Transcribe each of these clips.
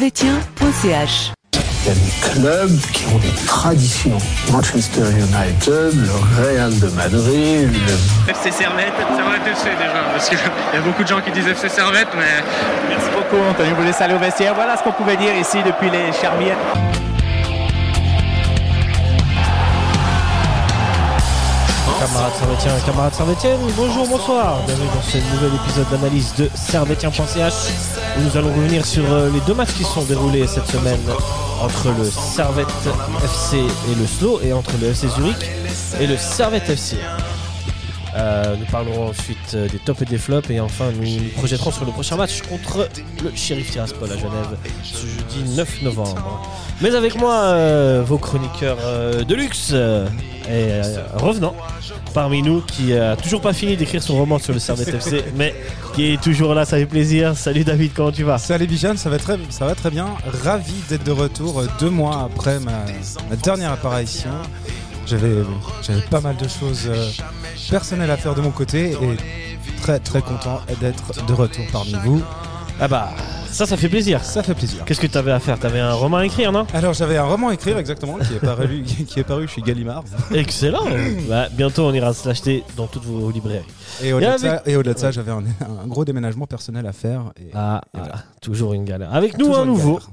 servetien.ch Il y a des clubs qui ont des traditions. Manchester United, le Real de Madrid, le- FC Servette, ça va être FC déjà, parce qu'il y a beaucoup de gens qui disent FC Servette, mais... Merci beaucoup Anthony, vous laissez aller au vestiaire, voilà ce qu'on pouvait dire ici depuis les Charmières. Camarade Servetien, camarade Servetienne, bonjour, bonsoir. Bienvenue dans ce nouvel épisode d'analyse de Servetien.ch où nous allons revenir sur euh, les deux matchs qui se sont déroulés cette semaine entre le Servette FC et le Slow et entre le FC Zurich et le Servette FC. Euh, nous parlerons ensuite euh, des tops et des flops et enfin nous nous projetterons sur le prochain match contre le Sheriff Tiraspol à Genève ce jeudi 9 novembre. Mais avec moi, euh, vos chroniqueurs euh, de luxe euh, et euh, revenant parmi nous qui a toujours pas fini d'écrire son roman sur le Servette FC mais qui est toujours là, ça fait plaisir. Salut David, comment tu vas Salut Bijan, ça va très, ça va très bien. Ravi d'être de retour euh, deux mois après ma, ma dernière apparition. J'avais, j'avais pas mal de choses euh, personnelles à faire de mon côté et très très content d'être de retour parmi vous. Ah bah ça, ça fait plaisir. Ça fait plaisir. Qu'est-ce que t'avais à faire T'avais un roman à écrire, non Alors j'avais un roman à écrire exactement qui est paru, qui est paru chez Gallimard. Excellent Bah, Bientôt on ira se l'acheter dans toutes vos librairies. Et Et au-delà, de, ça, et au-delà de ça, j'avais un, un gros déménagement personnel à faire. Et Ah, Et voilà. ah, toujours une galère. Avec nous, toujours un une nouveau galère.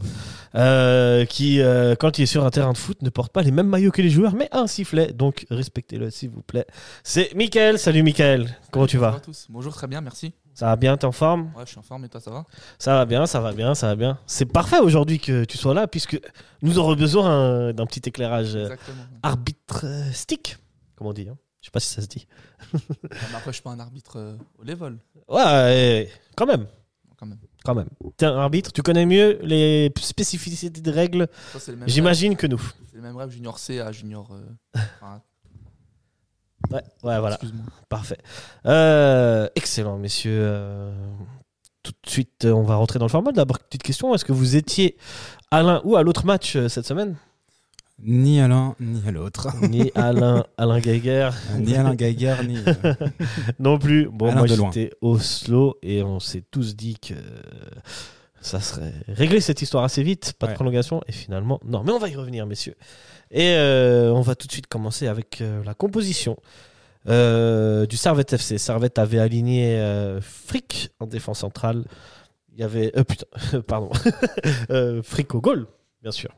euh, qui, euh, quand il est sur un terrain de foot, ne porte pas les mêmes maillots que les joueurs, mais a un sifflet. Donc respectez-le, s'il vous plaît. C'est Mickaël. Salut, Mickaël. Comment tu Bonjour vas à tous. Bonjour, très bien, merci. Ça va bien T'es en forme Ouais, je suis en forme et toi, ça va Ça va bien, ça va bien, ça va bien. C'est parfait aujourd'hui que tu sois là, puisque nous aurons besoin euh, d'un petit éclairage euh, Exactement. arbitre-stick. Comment on dit hein Je sais pas si ça se dit. Ah, mais après, je suis pas un arbitre euh, au level, Ouais, euh, quand même. quand même. Quand même. T'es un arbitre, tu connais mieux les spécificités des règles, Ça, c'est le même j'imagine, que nous. rêve- C'est le même rêve junior C à junior. euh, enfin, Ouais, ouais, voilà. Excuse-moi. Parfait. Euh, excellent, messieurs. Euh, tout de suite, euh, on va rentrer dans le format. D'abord, petite question est-ce que vous étiez à l'un ou à l'autre match euh, cette semaine Ni à l'un ni à l'autre, Ni Alain, Alain Geiger, ni Alain Gaillard, ni euh, non plus. Bon, Alain moi Deloin. j'étais au slow et on s'est tous dit que euh, ça serait réglé cette histoire assez vite, pas de Ouais. prolongation. Et finalement, non, mais on va y revenir, messieurs. Et euh, on va tout de suite commencer avec euh, la composition euh, du Servette FC. Servette avait aligné euh, Frick en défense centrale. Il y avait. euh, putain, pardon. Euh, Frick au goal, bien sûr.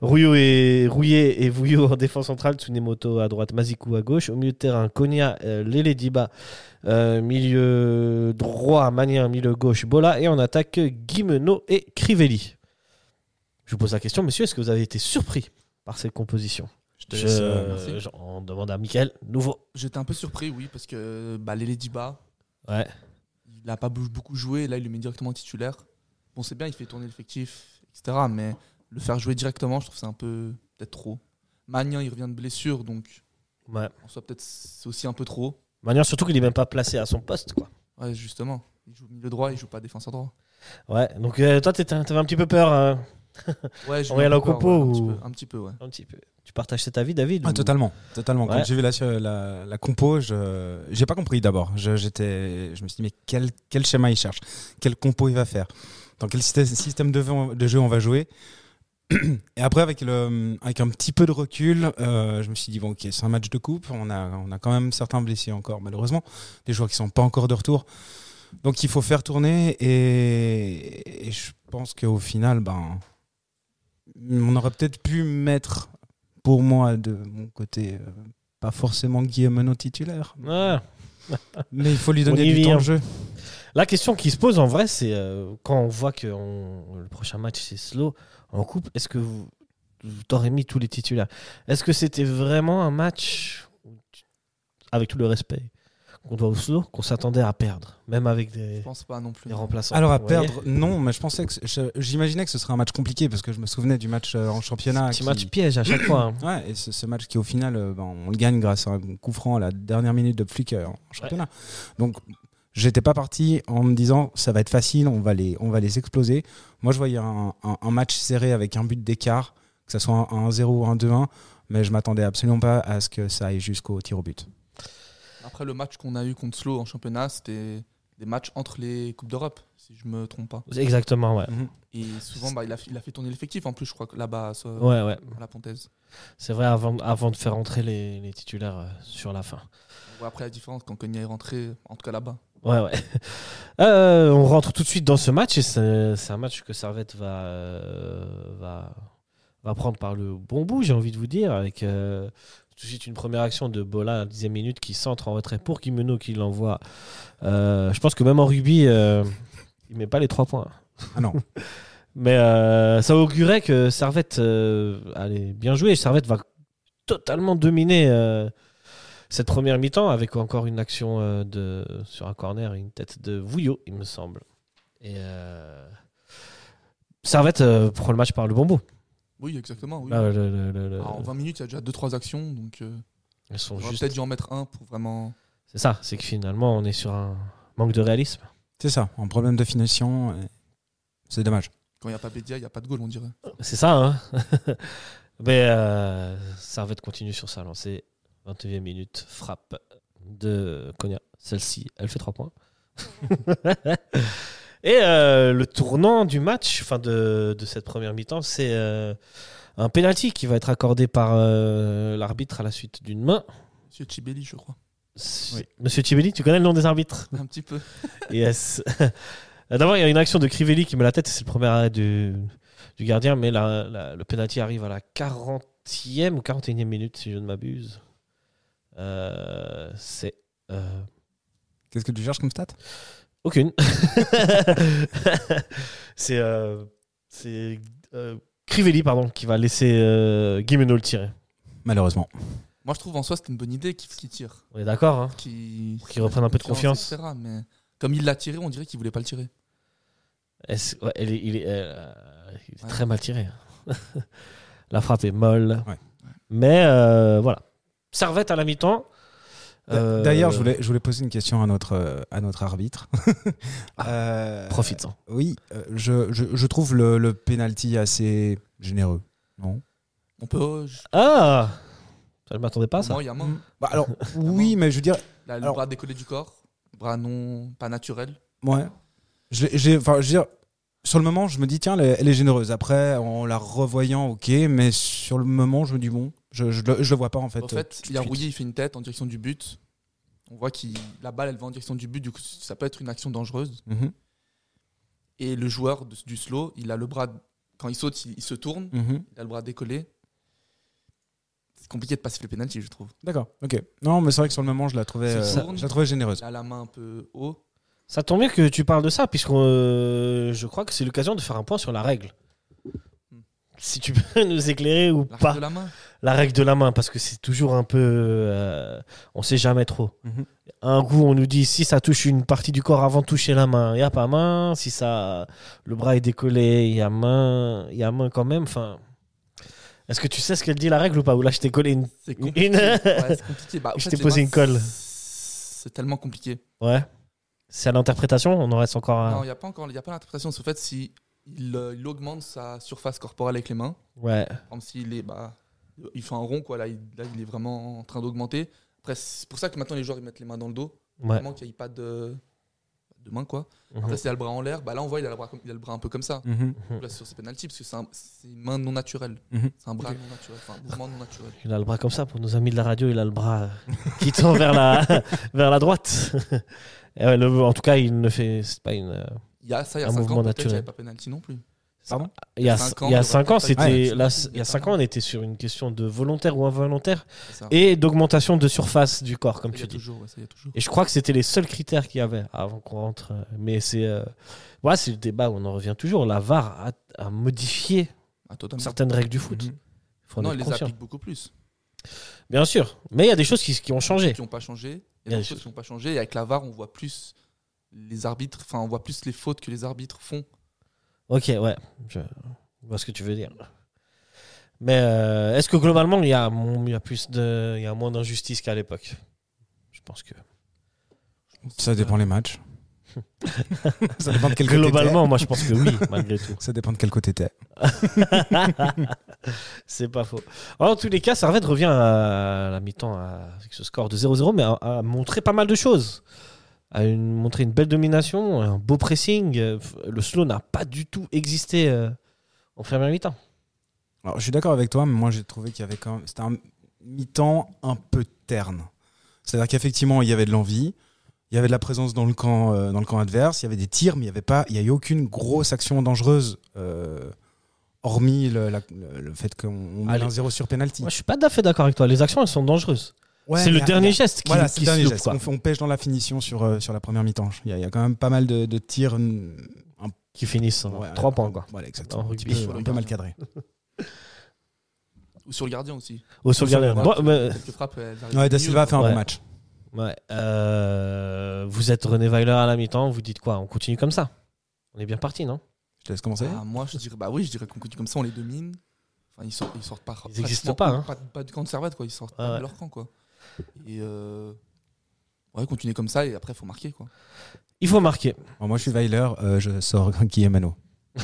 Rouillot et Rouillet et Vouillot en défense centrale, Tsunemoto à droite, Mazikou à gauche, au milieu de terrain, Konya, euh, Lele Diba, euh, milieu droit, Manien, milieu gauche, Bola, et en attaque, Guimeno et Crivelli. Je vous pose la question, monsieur, est-ce que vous avez été surpris par cette composition Je te laisse, euh, Je, merci. J'en demande à Mickaël, nouveau. J'étais un peu surpris, oui, parce que bah, Lélé Diba, Ouais. il n'a pas bou- beaucoup joué. Là, il le met directement titulaire. On sait bien, il fait tourner l'effectif, etc. Mais le faire jouer directement, je trouve que c'est un peu. Peut-être trop. Magnan, il revient de blessure, donc ouais. en soi, peut-être c'est aussi un peu trop. Manière surtout qu'il n'est même pas placé à son poste, quoi. Ouais, justement. Il joue milieu droit, il joue pas défenseur droit. Ouais, donc euh, toi, t'étais- t'avais un petit peu peur, hein, Ouais, j'ai eu Auréa un peu peur, Locopo ouais, un ou- petit peu- Un petit peu, ouais. un petit peu. Tu partages cet avis, David Ah, ou- totalement, totalement. Ouais. Quand j'ai vu la, la, la compo, je j'ai pas compris d'abord. Je, j'étais, je me suis dit mais quel, quel schéma il cherche, quel compo il va faire, dans quel systè- système de, jeu- de jeu on va jouer. Et après avec le avec un petit peu de recul, euh, je me suis dit bon ok c'est un match de coupe, on a on a quand même certains blessés encore malheureusement, des joueurs qui sont pas encore de retour. Donc il faut faire tourner et, et je pense qu'au final ben on aurait peut-être pu mettre pour moi, de mon côté, euh, pas forcément Guillaume non titulaire, Ouais. mais il faut lui donner On y du vient. temps de jeu. La question qui se pose en vrai, c'est euh, quand on voit que on- le prochain match c'est slow en coupe, est-ce que vous, vous t'aurez mis tous les titulaires Est-ce que c'était vraiment un match où tu- avec tout le respect qu'on doit au slow, qu'on s'attendait à perdre, même avec des, Je pense pas non plus. des remplaçants Alors à vous voyez perdre, non, mais je pensais que je- j'imaginais que ce serait un match compliqué parce que je me souvenais du match euh, en championnat. Petit qui- match piège à chaque fois. hein. Ouais, et ce, ce match qui au final, euh, ben, on le gagne grâce à un coup franc à la dernière minute de Flick euh, en championnat. Donc j'étais pas parti en me disant ça va être facile, on va les, on va les exploser. Moi je voyais un, un- un match serré avec un but d'écart, que ce soit un, un 0 ou un 2-1, mais je m'attendais absolument pas à ce que ça aille jusqu'au tir au but. Après le match qu'on a eu contre Slow en championnat, c'était des matchs entre les Coupes d'Europe, si je me trompe pas. Exactement, ouais. Et souvent, bah, il, a, il a fait tourner l'effectif en plus, je crois, que là-bas, à- Ouais, ouais. à la Pontaise. C'est vrai, avant, avant de faire entrer les, les titulaires euh, sur la fin. On voit après la différence quand Konya est rentré, en tout cas là-bas. Ouais, ouais. Euh, on rentre tout de suite dans ce match et c'est c'est un match que Servette va, euh, va, va prendre par le bon bout, j'ai envie de vous dire, avec euh, tout de suite une première action de Bola à la dixième minute qui centre en retrait pour Kimeno qui l'envoie. Euh, je pense que même en rugby, euh, il met pas les trois points. Ah non. Mais euh, ça augurait que Servette euh, allait bien jouer. Servette va totalement dominer euh, cette première mi-temps avec encore une action euh, de, sur un corner, une tête de Vouillot, il me semble. Et euh, Servette euh, prend le match par le bon bout. Oui, exactement. oui. Là, le- le- le- le- Alors, en 20 minutes, il y a déjà 2-3 actions, donc euh, Ils sont on euh, juste. peut-être dû en mettre un pour vraiment. C'est ça, c'est que finalement on est sur un manque de réalisme. C'est ça, un problème de finition. euh, C'est dommage. Quand il n'y a pas Bédia, il n'y a pas de goal, on dirait. C'est ça, hein Mais euh, Servette continue sur sa lancée. 29e minute, frappe de Konya. Celle-ci, elle fait 3 points. Et euh, le tournant du match, enfin de, de cette première mi-temps, c'est euh, un pénalty qui va être accordé par euh, l'arbitre à la suite d'une main. Monsieur Chibeli, je crois. Oui. Monsieur Tibelli, tu connais le nom des arbitres Un petit peu. Yes. Euh, D'abord, il y a une action de Crivelli qui met la tête, c'est le premier arrêt du, du gardien, mais la- la- le penalty arrive à la 40e ou 41e minute, si je ne m'abuse. Euh, c'est. euh, Qu'est-ce que tu cherches comme stat aucune. c'est. euh, c'est. euh, Crivelli, pardon, qui va laisser euh, Guimeno le tirer. Malheureusement. Moi, je trouve en soi, c'était une bonne idée qu'il qu'il tire. On est d'accord, hein Qu'il Pour qu'il reprenne un peu de confiance. etc., mais comme il l'a tiré, on dirait qu'il voulait pas le tirer. Est-ce- ouais, elle est- il est, euh, il est Ouais. très mal tiré. la frappe est molle. Ouais. Mais euh, voilà. Servette à la mi-temps. Euh, D'ailleurs, je voulais, je voulais poser une question à notre, euh, à notre arbitre. Euh, Profite-en. Oui, euh, je, je- je trouve le, le penalty assez généreux. Non On peut. euh, je- Ah Je ne m'attendais pas à Ah, ça. Moi, il y a main. Bah, Alors, oui, mais je veux dire, Là, le Alors- bras décollé du corps, bras non, pas naturel. Ouais. Je l'ai- j'ai- enfin, je veux dire, sur le moment, je me dis, tiens, elle est, elle est généreuse. Après, en la revoyant, ok, mais sur le moment, je me dis, bon, je, je, le, je le vois pas en fait. En euh, fait, tout de il a suite. rouillé, il fait une tête en direction du but. On voit que la balle, elle va en direction du but, du coup, ça peut être une action dangereuse. Mhm, Et le joueur de- du slow, il a le bras. Quand il saute, il, il se tourne, mhm. il a le bras décollé. C'est compliqué de passer le penalty, je trouve. D'accord, ok. Non, mais c'est vrai que sur le moment, je la trouvais, Sur euh, ça- je la trouvais généreuse. Il a la main un peu haut. Ça tombe bien que tu parles de ça, puisque je crois que c'est l'occasion de faire un point sur la règle. Hmm. Si tu peux nous éclairer ou L'arc pas. de la main. la règle de la main parce que c'est toujours un peu euh, on sait jamais trop Mhm. un coup on nous dit si ça touche une partie du corps avant de toucher la main il y a pas main si ça le bras est décollé il y a main il y a main quand même enfin est-ce que tu sais ce qu'elle dit la règle ou pas ou là je t'ai collé une C'est Une- compliqué. une- Ouais, c'est compliqué. Bah, en Je fait, t'ai les posé mains, une colle. C'est tellement compliqué. ouais c'est à l'interprétation on en reste encore à... Non, il n'y a pas encore, il y a pas l'interprétation. C'est au fait si il, euh, il augmente sa surface corporelle avec les mains, ouais comme s'il est, bah, il fait un rond quoi. Là, il, là, il est vraiment en train d'augmenter. Après, c'est pour ça que maintenant les joueurs ils mettent les mains dans le dos, ouais vraiment qu'il n'y ait pas de, de main quoi. Mhm. Après, s'il a le bras en l'air, bah là on voit il a le bras, comme- il a le bras un peu comme ça. Mhm. Là, sur ses pénalties, parce que c'est un- c'est une main non naturelle, Mhm. c'est un bras non naturel, enfin un mouvement non naturel. il a le bras comme ça pour nos amis de la radio il a le bras euh, qui tend vers la vers la droite Et ouais, le- en tout cas il ne fait c'est pas une euh, Il y a ça, il y a Un 5 mouvement ans, peut-être, il n'y naturel. avait pas pénalty non plus. Pardon Il y a Cinq 5 ans, ans, il y a on cinq devrait ans, peut-être pas c'était dire là, ça. il y a cinq ans, on était sur une question de volontaire ou involontaire C'est ça. et d'augmentation de surface du corps, comme Ça, il y a tu dis. toujours, ouais, ça, il y a toujours. Et je crois que c'était les seuls critères qu'il y avait avant qu'on rentre. euh, Mais c'est, euh, voilà, c'est le débat où on en revient toujours. La VAR a, a modifié Ah, totalement. certaines règles du foot. Mhm. Faut en non, être ils les conscient. appliquent beaucoup plus. Bien sûr, mais il y a des choses qui, qui ont changé. Qui n'ont pas changé. Il y Il y a des a des choses qui n'ont pas changé. Et avec la VAR, on voit plus les arbitres, enfin, on voit plus les fautes que les arbitres font. Ok, ouais, je vois ce que tu veux dire. Mais euh, est-ce que globalement, il y a, mon- il y a plus de, il y a moins d'injustice qu'à l'époque Je pense que. Ça dépend Euh. les matchs. ça dépend de quel côté Globalement, moi je pense que oui, malgré tout. t'es. Ça dépend de quel côté t'es. C'est pas faux. Alors, en tous les cas, Servette revient à la mi-temps à- avec ce score de 0-0, mais a, a montré pas mal de choses. a une- montré une belle domination, un beau pressing. Euh, f- Le slow n'a pas du tout existé euh, en première mi-temps. Alors, je suis d'accord avec toi, mais moi j'ai trouvé qu'il y avait quand même. C'était un mi-temps un peu terne. C'est-à-dire qu'effectivement, il y avait de l'envie, il y avait de la présence dans le camp, euh, dans le camp adverse, il y avait des tirs, mais il n'y avait pas, il y a eu aucune grosse action dangereuse, euh, hormis le, la- le- le fait qu'on on mène Allez. un 0 sur penalty. Moi, je suis pas tout à fait d'accord avec toi. Les actions, elles sont dangereuses. Ouais, c'est le mais- dernier geste qui, Voilà, qui c'est le se dernier loupe, geste. quoi. On, fait- on pêche dans la finition sur, euh, sur la première mi-temps. Il y, a- il y a quand même pas mal de, de tirs. hum, qui finissent en ouais, 3 points. Quoi. Voilà, exactement. En Un petit rugby. peu- un peu mal cadré. Euh, Ou sur le gardien aussi. Au sur Sur le gardien. Bon, gardien. mais- Quelques frappes, elles arrivent Ouais, Da mieux, Silva a fait un Ouais. bon match. Ouais, euh, vous êtes René Weiler à la mi-temps, vous dites quoi On continue comme ça On est bien parti, non Je te laisse commencer. Ah, moi, je dirais, bah oui, je dirais qu'on continue comme ça, on les domine. Enfin, ils sortent, ils sortent pas. Ils existent pratiquement pas, hein. Pas, de- pas de camp de servette, quoi. Ils sortent Ouais, pas ouais. de leur camp, quoi. Et euh, ouais, continuer comme ça, et après, faut marquer, quoi. Il faut marquer. Alors, moi, je suis Weiler, euh, je sors Guillemano. je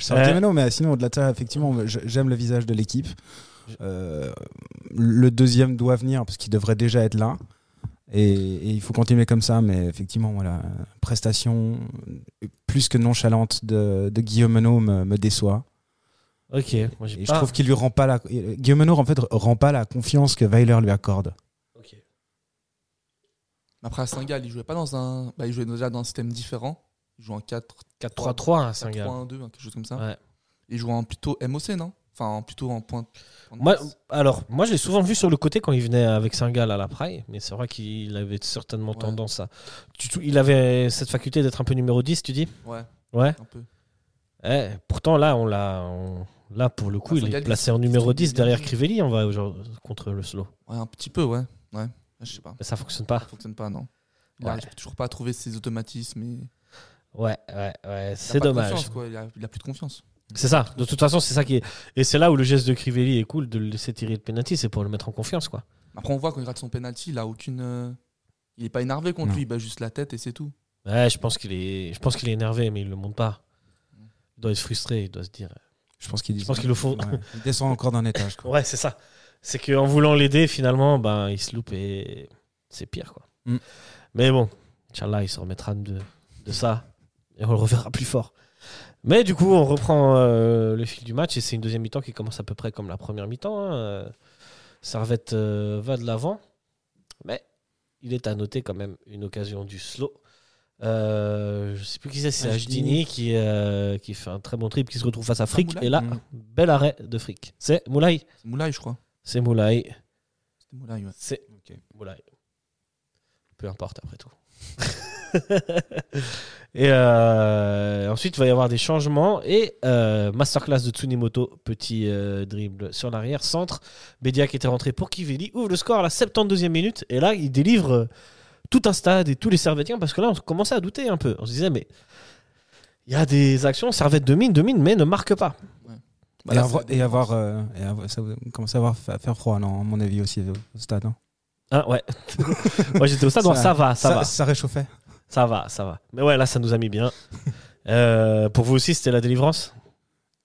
sors Ouais. Guillemano, mais euh, sinon, au-delà de ça, effectivement, je- j'aime le visage de l'équipe. Euh, le deuxième doit venir parce qu'il devrait déjà être là. Et, et il faut continuer comme ça, mais effectivement, voilà, prestation plus que nonchalante de, de Guillemeno me, me déçoit. Ok, moi j'ai Et je pas- trouve qu'il lui rend pas la Guillemeno en fait rend pas la confiance que Weiler lui accorde. Ok. Mais après, à Saint-Gall, ils jouaient pas dans un. Bah, ils jouaient déjà dans un système différent. Ils jouaient en 4, 4-3-3, hein, c'est un 4 gars. 3, 1, 2, hein, quelque chose comme ça. Ouais. Ils jouaient en plutôt MOC, non Enfin, en plutôt en pointe. pointe Moi, basse. alors, moi je l'ai souvent vu sur le côté quand il venait avec Singal à la praille, mais c'est vrai qu'il avait certainement Ouais. tendance à. Tu- tu- il avait cette faculté d'être un peu numéro 10, tu dis Ouais, Ouais. un peu. Eh, pourtant, là, on l'a. on- Là, pour le coup, Ah, il est Saint-Gall, placé il- en numéro il- 10 il- derrière il- Crivelli, on va aujourd'hui contre le slow. Ouais, un petit peu, ouais. Ouais, je sais pas. Mais ça fonctionne pas. Ça fonctionne pas, non. Il Ouais. arrive toujours pas à trouver ses automatismes. et- Ouais, ouais, ouais, il a c'est pas de dommage. confiance, quoi, Il, a, il a plus de confiance. C'est ça. De toute façon, c'est ça qui est. Et c'est là où le geste de Crivelli est cool de le laisser tirer le penalty, c'est pour le mettre en confiance, quoi. Après, on voit quand il rate son penalty, il a aucune. euh, Il est pas énervé contre Non. lui, il bat juste la tête et c'est tout. Ouais, je pense qu'il est, je pense qu'il est énervé, mais il le montre pas. Il doit être frustré, il doit se dire. Je pense qu'il Je pense qu'il le faut. Ouais, il descend encore d'un étage. quoi. Ouais, c'est ça. C'est qu'en voulant l'aider, finalement, ben, il se loupe et c'est pire, quoi. Mm. Mais bon, Inch'Allah, il se remettra de, de ça et on le reverra plus fort. Mais du coup, on reprend euh, le fil du match et c'est une deuxième mi-temps qui commence à peu près comme la première mi-temps. hein. Euh, Servette euh, va de l'avant, mais il est à noter quand même une occasion du slow. Euh, je sais plus qui c'est, c'est Ajdini. Ajdini qui, euh, qui fait un très bon trip, qui se retrouve face à Frick. Moulay Et là, Mm. bel arrêt de Frick. C'est Moulay C'est Moulay, je crois. c'est Moulay. C'était Moulay, ouais. C'est Ok. Moulay. Peu importe après tout. et euh, ensuite, il va y avoir des changements et euh, masterclass de Tsunimoto, petit euh, dribble sur l'arrière, centre. Bedia qui était rentré pour Kiveli ouvre le score à la 72e minute et là, il délivre euh, tout un stade et tous les Servetiens parce que là, on commençait à douter un peu. On se disait, mais il y a des actions, Servette domine, domine, mais ne marque pas. Bah, et, là, avoir, c'est- et avoir, euh, et avoir- ça commence à avoir à faire froid, non, à mon avis aussi au au stade. hein. Hein, ouais. Moi, j'étais au stade, ça, ça va, ça va. ça réchauffait. Ça va, ça va. Mais ouais, là, ça nous a mis bien. Euh, pour vous aussi, c'était la délivrance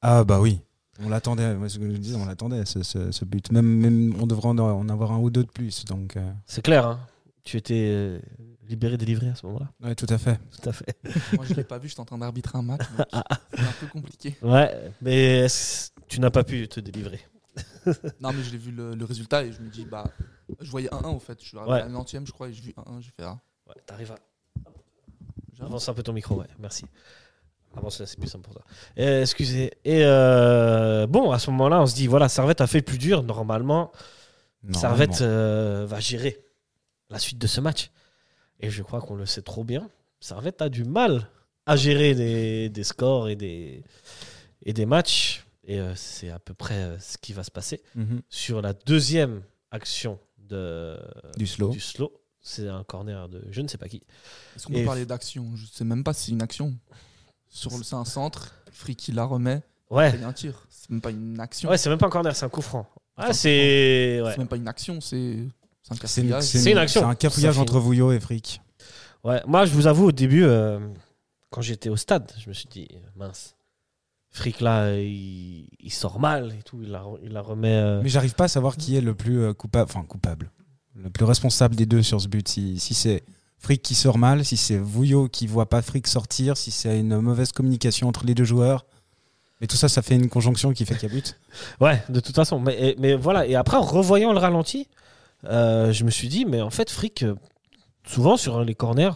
Ah bah oui. On l'attendait. moi, ce que je disais, on l'attendait ce, ce- ce but. Même, même on devrait en, en avoir un ou deux de plus. Donc euh, C'est clair, hein Tu étais euh, libéré, délivré à ce moment-là ouais, tout à fait. Tout à fait. Moi, je l'ai pas vu, j'étais en train d'arbitrer un match. donc C'est un peu compliqué. Ouais, mais est-ce que tu n'as pas pu te délivrer. Non, mais je l'ai vu le, le résultat et je me dis, bah. Je voyais 1-1 au fait. Je suis arrivé Ouais. à la 90 je crois, et j'ai vu 1-1. J'ai fait, ah, Ouais, t'arrives à... j'avance. Avance un peu ton micro, ouais, merci. Avance là, c'est plus simple pour toi. Euh, excusez. Et euh, bon, à ce moment-là, on se dit, voilà, Servette a fait le plus dur. Normalement, Servette Normalement. euh, va gérer la suite de ce match. Et je crois qu'on le sait trop bien. Servette a du mal à gérer des, des scores et des, et des matchs. Et euh, c'est à peu près euh, ce qui va se passer. Mhm. Sur la deuxième action de, Du slow. du slow, c'est un corner de je ne sais pas qui. Est-ce qu'on Et- peut parler d'action Je sais même pas si c'est une action. Sur le, c'est un centre, Friki la remet, Ouais, il y a un tir. C'est même pas une action. Eh. ouais c'est même pas un corner, c'est un coup franc. C'est un Ah, coup c'est. C'est Ouais. même pas une action, c'est c'est un C'est une, castillage. C'est une action. C'est un capouillage Ça fait- entre Vouillot et Frick. Ouais, moi, je vous avoue, au début, euh, quand j'étais au stade, je me suis dit, mince, Frick, là, euh, il, il sort mal et tout, il la, il la remet. euh, Mais j'arrive pas à savoir qui est le plus euh, coupable, enfin coupable, le plus responsable des deux sur ce but. Si, si c'est Frick qui sort mal, si c'est Vouillot qui voit pas Frick sortir, si c'est une mauvaise communication entre les deux joueurs. Mais tout ça, ça fait une conjonction qui fait qu'il y a but. Ouais, de toute façon. Mais, et- mais voilà, et après, en revoyant le ralenti, euh, je me suis dit, mais en fait, Frick, euh, souvent sur les corners,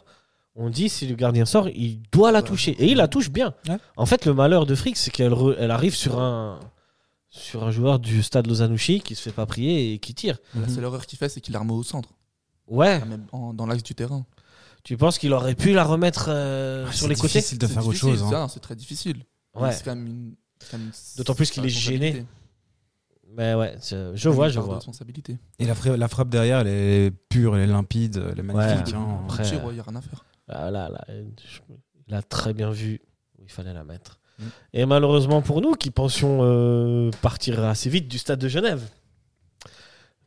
on dit si le gardien sort, il doit la toucher. Et il la touche bien. Ouais. En fait, le malheur de Frick, c'est qu'elle re- elle arrive sur un, sur un joueur du stade Lozanouchi qui se fait pas prier et qui tire. La seule erreur qu'il fait, c'est qu'il la remet au centre, Ouais, même en- dans l'axe du terrain. tu penses qu'il aurait pu la remettre euh, Ah, sur c'est les côtés difficile de C'est faire autre difficile, chose. hein. ça, non, C'est très difficile. Ouais, C'est quand même une- c'est quand même une- D'autant plus qu'il est sa gêné. responsabilité. mais ouais, c'est- je vois, Une je part de vois. responsabilité. Et la, fra- la frappe derrière, elle est pure, elle est limpide, elle est Ouais. magnifique. hein. Après, Le tir, euh, ouais, il y a rien à faire. Là, Ah là, là, je- il a très bien vu où il fallait la mettre. Mm. Et malheureusement pour nous, qui pensions euh, partir assez vite du stade de Genève,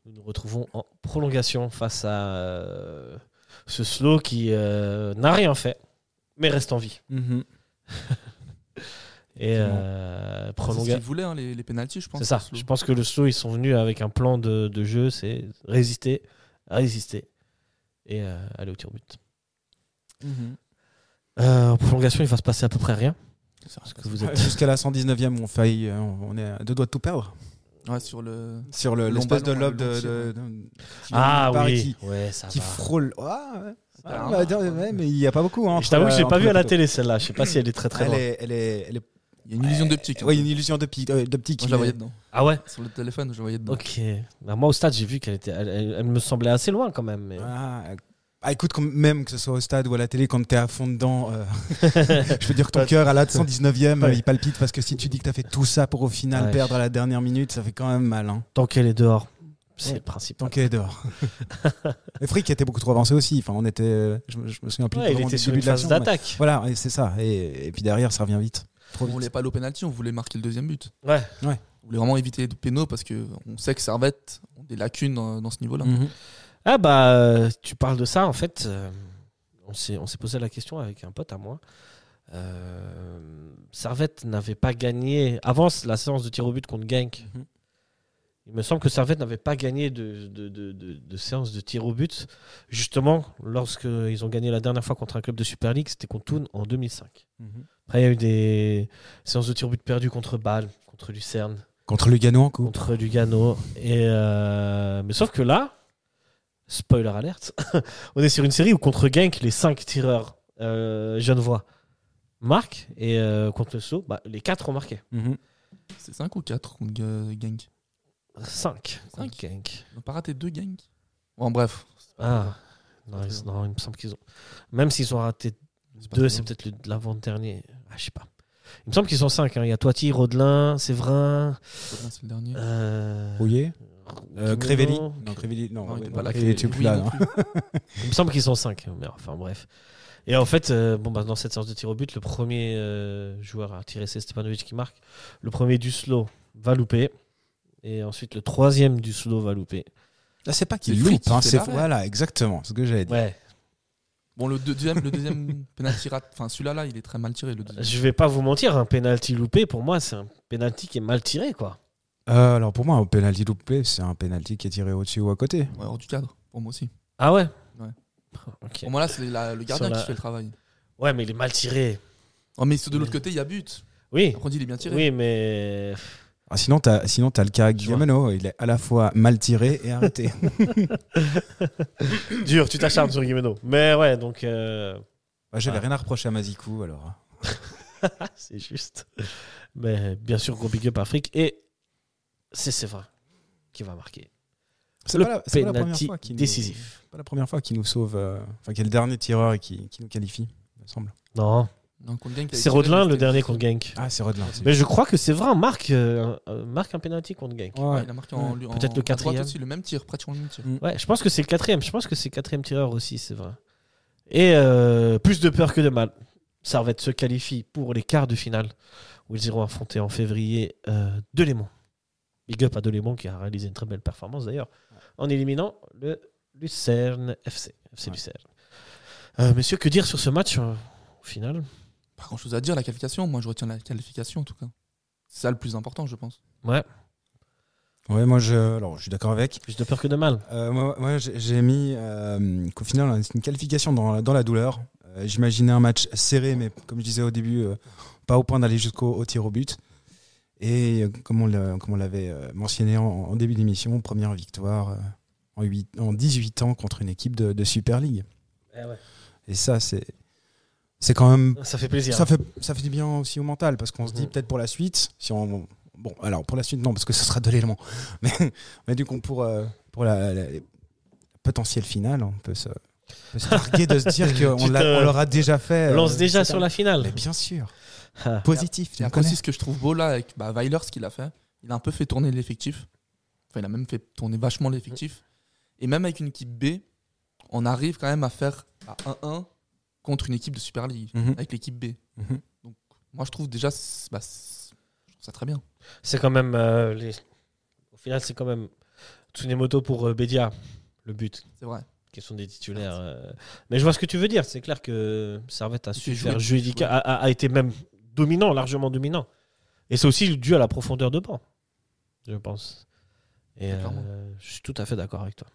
nous nous retrouvons en prolongation face à euh, ce slow qui euh, n'a rien fait, mais reste en vie. Mhm. Et euh, C'est ce prolonga- qu'ils voulaient, hein, les, les pénalties, je pense. C'est ça. Oslo. Je pense que le slow, ils sont venus avec un plan de, de jeu, c'est résister, résister et euh, aller au tir au but. Mhm. Euh, en prolongation, il va se passer à peu près rien. C'est Parce vrai. que vous êtes Jusqu'à la 119e, on, faillit, euh, on est à deux doigts de tout perdre. Ouais, sur le. Sur le- Long l'espèce de ballon, lobe le de, long tir, de- ouais. de- qui Ah bah. part et oui, qui, ouais, ça qui va. frôle. Ah, ouais. pas Ah, un on va dire, marque, ouais, hein. mais il n'y a pas beaucoup. hein, je entre t'avoue que la- je l'ai pas entre vu à la poteaux. télé celle-là. Je sais pas si elle est très très Elle loin. est, elle est, elle est- Il y a une illusion d'optique. ouais, hein. une illusion d'optique. euh, d'optique, Moi, je la mais- voyais dedans. Ah ouais. Sur le téléphone, je la voyais dedans. Ok. Bah, moi au stade j'ai vu qu'elle était. Elle, elle- elle me semblait assez loin quand même. mais- Ah, euh, ah, écoute, comme- même que ce soit au stade ou à la télé, quand t'es à fond dedans, euh, je veux dire que ton cœur à la 119e, euh, il palpite parce que si tu dis que t'as fait tout ça pour au final Ouais. perdre à la dernière minute, ça fait quand même mal. Hein, Tant qu'elle est dehors, c'est Ouais. le principe. tant qu'elle est dehors. Mais Frick était beaucoup trop avancé aussi. Enfin, on était, euh, je, me- je me souviens plus. Ouais, il vraiment était du sur début une de l'action, phase mais- d'attaque. Voilà, et c'est ça. Et, et puis derrière, ça revient vite. Trop On vite. voulait pas aller au pénalty, on voulait marquer le deuxième but. Ouais. On voulait vraiment éviter de pénaux parce que on sait que Servette ont des lacunes dans, dans ce niveau-là. Mhm. Ah bah euh, tu parles de ça en fait. euh, on s'est on s'est posé la question avec un pote à moi. Euh, Servette n'avait pas gagné avant la séance de tir au but contre Genk. Mhm. Il me semble que Servette n'avait pas gagné de, de, de- de- de séance de tir au but. Justement, lorsque ils ont gagné la dernière fois contre un club de Super League, c'était contre Thun en 2005. Mhm. Après, il y a eu des séances de tir au but perdues contre Bâle, contre Lucerne Contre Lugano en coupe. contre Lugano. Et euh, Mais sauf que là, spoiler alerte, on est sur une série où contre Genk, les 5 tireurs euh, genevois marquent et euh, contre le saut, bah, les 4 ont marqué. Mhm. C'est 5 ou 4 contre Ga- Genk 5 Cinq. contre Genk. On n'a pas raté 2 Genk En bref. Ah, non, ils- non, il me semble qu'ils ont. Même s'ils ont raté pas 2, très c'est grave. peut-être le- l'avant-dernier. Ah, je sais pas. Il me semble qu'ils sont 5. Il y a Toiti, Rodelin, Séverin. Rodelin, C'est le dernier. Euh... Rouillé. Euh, Guimeno. Crivelli. Non, Crivelli, non, Non, il ouais, était pas là. Crivelli était plus Oui, là, non non. plus. Il me semble qu'ils sont 5. Mais enfin, bref. Et en fait, euh, bon, bah, dans cette séance de tir au but, le premier euh, joueur à tirer, c'est Stepanovic qui marque. Le premier du slow va louper. Et ensuite, le troisième du slow va louper. Là, c'est pas C'est qu'il Frick loupe, qui hein, fait c'est l'arrêt. voilà, exactement ce que j'allais dire. Ouais. Bon, le deuxième, le deuxième penalty rate, enfin celui-là, là, il est très mal tiré. Le deuxième. Je vais pas vous mentir, un penalty loupé, pour moi, c'est un penalty qui est mal tiré, quoi. Euh, alors pour moi, un penalty loupé, c'est un penalty qui est tiré au-dessus ou à côté. Ouais, hors du cadre, pour moi aussi. Ah ouais Ouais. Ok. Pour moi, là, c'est la- le gardien Sur la- qui fait le travail. Ouais, mais il est mal tiré. Oh, mais de l'autre côté, il y a but. Oui. Après, on dit, il est bien tiré. Oui, mais. Ah, sinon, t'as sinon t'as le cas Je vois. Guillemeno, il est à la fois mal tiré et arrêté. Dur, tu t'acharnes sur Guimeno. Mais ouais, donc. euh, Bah, J'avais Ouais. rien à reprocher à Mazikou alors. C'est juste. Mais bien sûr, gros big up Afrique. Et c'est Séverin qui va marquer. C'est Le pas, la- c'est pas la première penalty fois qu'il nous- décisif. c'est pas la première fois qu'il nous sauve, euh, enfin qui est le dernier tireur et qui, qui nous qualifie, il me semble. Non. Non, contre Genk, il a C'est tiré, Rodelin, mais le c'était- dernier contre Genk. Ah, c'est Rodelin. c'est- Mais je crois que Séverin marque, euh, euh, marque un penalty contre Genk. Ouais. Ouais, il a marqué en, en- Peut-être le à droite quatrième. aussi, le même tir, pratiquement le même tir. Ouais, je pense que c'est le quatrième. Je pense que c'est le quatrième tireur aussi, c'est vrai. Et euh, plus de peur que de mal. Servette se qualifie pour les quarts de finale où ils iront affronter en février euh, Delémont. Big up à Delémont qui a réalisé une très belle performance d'ailleurs en éliminant le Lucerne FC. FC Ouais. Lucerne. Euh, messieurs, que dire sur ce match euh, au final Pas grand chose à dire, la qualification. Moi, je retiens la qualification en tout cas. C'est ça le plus important, je pense. Ouais. Ouais, moi, je, alors, je suis d'accord avec. Plus de peur que de mal. Euh, moi, moi, j'ai j'ai mis euh, qu'au final, c'est une qualification dans, la- dans la douleur. Euh, J'imaginais un match serré, mais comme je disais au début, euh, pas au point d'aller jusqu'au au tir au but. Et euh, comme on l'a- comme on l'avait euh, mentionné en, en début d'émission, première victoire euh, en, huit- en 18 ans contre une équipe de, de Super League. Et ça, c'est c'est quand même Eh Ça fait plaisir. ça fait, ça fait du bien aussi au mental parce qu'on se dit Mhm. peut-être pour la suite, si on. Bon, alors pour la suite, non, parce que ce sera de l'élément. Mais, mais du coup, pour, euh, pour la, la- la potentielle finale, on peut se, on peut se targuer de se dire qu'on Tu l'a- te on l'aura déjà fait. On lance euh, déjà cette sur année. la finale. Mais bien sûr, Ah. positif, tu Il y me a connais. aussi ce que je trouve beau là avec bah, Weiler, ce qu'il a fait. Il a un peu fait tourner l'effectif. Enfin, il a même fait tourner vachement l'effectif. Mm. Et même avec une équipe B, on arrive quand même à faire à 1-1 contre une équipe de Super League, Mhm. avec l'équipe B. Mhm. Donc, moi, je trouve déjà c'est- bah, c'est- je trouve ça très bien. C'est quand même. euh, les- Au final, c'est quand même Tsunemoto pour euh, Bedia, le but, C'est vrai. qui sont des titulaires. euh. Mais je vois ce que tu veux dire. C'est clair que Servette a Ah, Il su s'est faire joué. jouer Dika- a, a- a été même dominant, largement dominant. Et c'est aussi dû à la profondeur de banc, je pense. Et Ouais, clairement. euh, je suis tout à fait d'accord avec toi.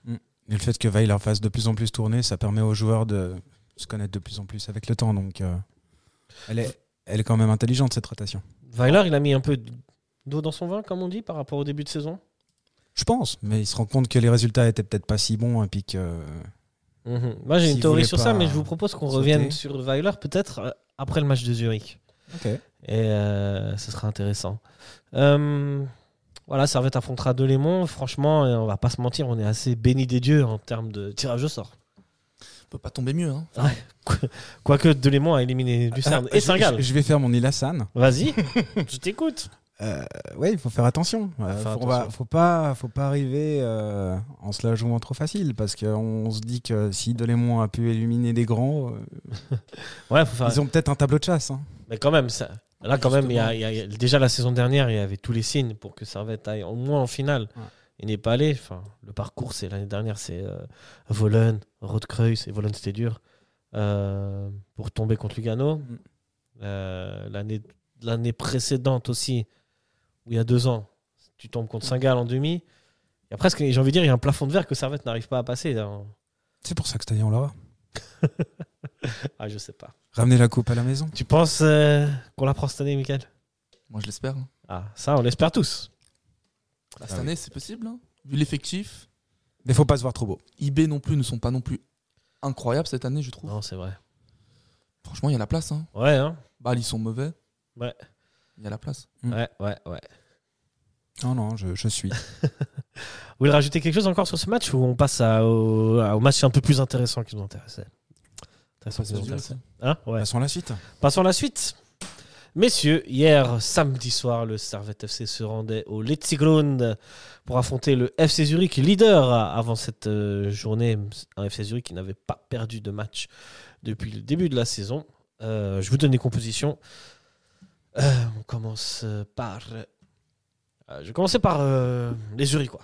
Et le fait que Weiler fasse de plus en plus tourner, ça permet aux joueurs de se connaître de plus en plus avec le temps. Donc, euh, elle, est, elle est quand même intelligente, cette rotation. Weiler, il a mis un peu d'eau dans son vin, comme on dit, par rapport au début de saison. Je pense, mais il se rend compte que les résultats étaient peut-être pas si bons et puis que. Mhm. Moi, j'ai Si une vous théorie voulez sur pas ça, mais je vous propose qu'on sauter. revienne sur Weiler peut-être euh, après le match de Zurich. Ok. Et euh, ce sera intéressant. Euh, voilà, Servette affrontera Delémont. Franchement, euh, on va pas se mentir, on est assez béni des dieux en termes de tirage au sort. On peut pas tomber mieux. Hein. Quoique Delémont a éliminé Lucerne et Ah, je- Saint-Gall. je, je vais faire mon Ilassane. Vas-y, je t'écoute. Euh, ouais, il faut faire attention. Euh, Faire faut, on va- attention. faut pas, faut pas arriver euh, en se la jouant trop facile parce qu'on se dit que si Delémont a pu éliminer des grands, euh, Ouais, faut faire- ils ont peut-être un tableau de chasse. hein. Mais quand même, ça... là, quand même, il y a- il y a- déjà la saison dernière, il y avait tous les signes pour que Servette aille au moins en finale. Ouais. Il n'est pas allé. Enfin, le parcours, c'est l'année dernière, c'est euh, Volen, Rotkreuz, et Volen, c'était dur. Euh, pour tomber contre Lugano. Mm. Euh, l'année L'année précédente aussi, où il y a deux ans, tu tombes contre Saint-Gall en demi. Il y a presque, j'ai envie de dire, il y a un plafond de verre que Servette n'arrive pas à passer. là. C'est pour ça que cette année on l'aura. Ah, je sais pas. Ramener la coupe à la maison. Tu penses euh, qu'on la prend cette année, Michael Moi, je l'espère. hein. Ah, ça, on l'espère tous. Bah, Ah cette oui. année, c'est possible. hein. Vu l'effectif, Mais faut pas se voir trop beau. IB non plus ne sont pas non plus incroyables cette année, je trouve. Non, c'est vrai. Franchement, il y a la place. Hein. Ouais, hein Bâle, ils sont mauvais. Ouais. Il y a la place. Mm. Ouais, ouais, ouais. Non, non, je, je suis. Vous voulez rajouter quelque chose encore sur ce match ou on passe à- au, à- au match un peu plus intéressant qui nous intéressait Intéressant qui Ça nous se dit intéressait. aussi. Hein Ouais. Passons à la suite. Passons à la suite. Messieurs, hier samedi soir, le Servette FC se rendait au Letzigrund pour affronter le FC Zurich, leader avant cette euh, journée. Un FC Zurich qui n'avait pas perdu de match depuis le début de la saison. Euh, je vous donne les compositions. Euh, on commence euh, par. euh, je vais commencer par euh, les Zurichois.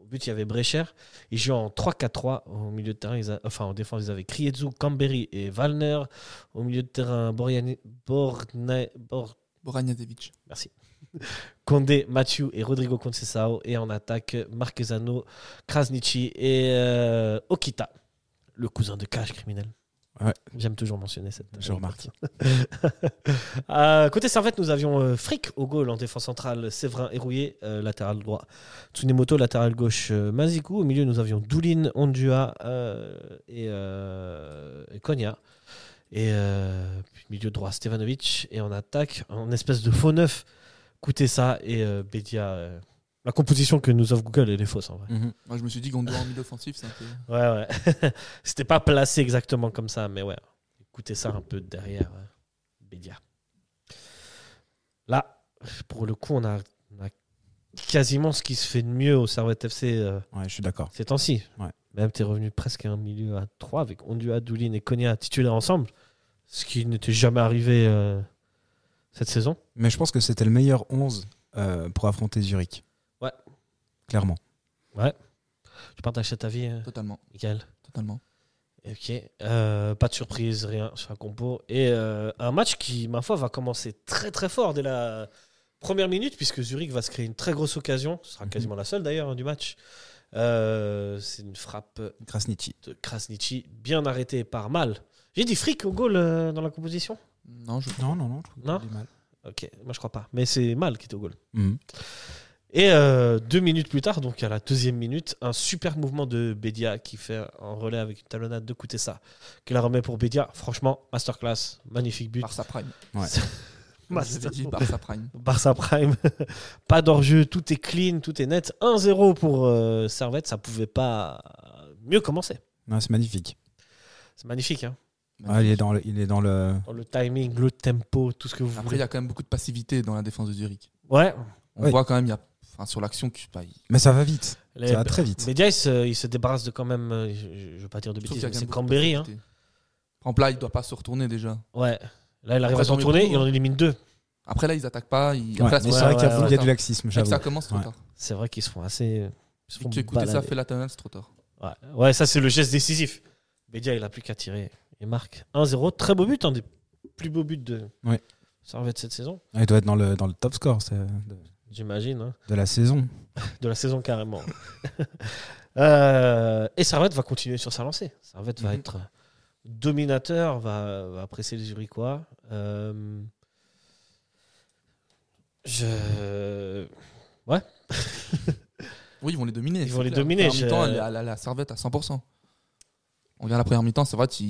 Au but, il y avait Brecher. Ils jouaient en 3-4-3. Au milieu de terrain, ils a- enfin en défense, ils avaient Krietsu, Camberi et Valner. Au milieu de terrain, Borjani- Borna- Bor- Boranjadevic. merci. Condé, Mathieu et Rodrigo Concesao. Et en attaque, Marquezano, Krasnichi et euh, Okita, le cousin de Cage criminel. Ouais. J'aime toujours mentionner cette. Je remarque. Euh, côté Servette, nous avions euh, Frick au goal en défense centrale, Séverin et Rouillé, euh, latéral droit. Tsunemoto, latéral gauche, euh, Mazikou. Au milieu, nous avions Doulin, Ondua euh, et, euh, et Konya. Et euh, puis milieu droit, Stevanovic. Et en attaque, en espèce de faux neuf, Koutessa et euh, Bedia. euh. La composition que nous offre Google, elle est fausse en vrai. Mhm. Moi, je me suis dit Gondor en milieu offensif, c'est un peu. Ouais, ouais. C'était pas placé exactement comme ça, mais ouais. Écoutez ça un peu derrière euh, Bédia. Là, pour le coup, on a, on a quasiment ce qui se fait de mieux au Servette FC euh, Ouais, je suis d'accord. ces temps-ci. Ouais. Même t'es revenu presque à un milieu à 3 avec Ondua, Doulin et Konya titulaires ensemble, ce qui n'était jamais arrivé euh, cette saison. Mais je pense que c'était le meilleur 11 euh, pour affronter Zurich. Ouais. Clairement. Je partage cet avis, euh, Totalement, Michael. totalement. Ok, euh, pas de surprise, rien sur la compo. Et euh, un match qui, ma foi, va commencer très très fort dès la Première minute, puisque Zurich va se créer une très grosse occasion, ce sera quasiment la seule d'ailleurs hein, du match. Euh, c'est une frappe Krasniqi. de Krasniqi, bien arrêtée par Mal. J'ai dit fric au goal euh, dans la composition Non, je. Non, non, non. je trouve Non. qu'il est mal. Ok, moi je crois pas. Mais c'est Mal qui est au goal. Hmm. Mhm. Et euh, deux minutes plus tard, donc à la deuxième minute, un super mouvement de Bédia qui fait un relais avec une talonnade de Koutessa, qui la remet pour Bédia. Franchement, masterclass, magnifique but. Barça Prime. Comme je Master- l'avais dit, Barça Prime. Barça Prime, pas d'enjeu, tout est clean, tout est net. 1-0 pour euh, Servette, ça pouvait pas mieux commencer. Non, c'est magnifique. C'est magnifique, hein Ah, il est dans le, il est dans le. Dans le timing, le tempo, tout ce que vous Après, il voulez. y a quand même beaucoup de passivité dans la défense de Zurich. Ouais, On Oui. voit quand même, il y a, enfin, sur l'action, que- bah, il- Mais ça va vite. les- Ça va très vite. Bédia, il se, il se débarrasse de quand même, euh, je, je- je veux pas dire de je trouve bêtises, qu'il y a mais quand c'est même beaucoup de Cambéry. Hein. passivité. Par exemple, là, il doit pas se retourner déjà. Ouais. Là, il arrive Après, à s'en dans les tourner, coups, il en élimine deux. Après, là, ils attaquent pas. Ils... Ouais, Après, là, mais trop c'est tard. vrai qu'il y a- ouais, il y a de laxisme, Dès que j'avoue. ça commence trop Ouais. tard. C'est vrai qu'ils se font assez. euh, ils se font Dès que ça balader. fait la tonnelle, c'est trop tard. Ouais, ouais, ça c'est le geste décisif. Bédia, il a plus qu'à tirer. Et marque 1-0. Très beau but, un des plus beaux buts de Ouais. Servette cette saison, Ah, Il doit être dans le, dans le top score c'est- de, j'imagine. hein. de la saison. De la saison carrément. Euh, et Servette va continuer sur sa lancée. Servette va Mhm. être dominateur, va, va presser les Zurichois. Euh, je... Oui, ils vont les dominer. Ils c'est vont les clair. dominer, En je- même temps, la, la- la servette à 100%. On regarde la première mi-temps, c'est vrai qu'ils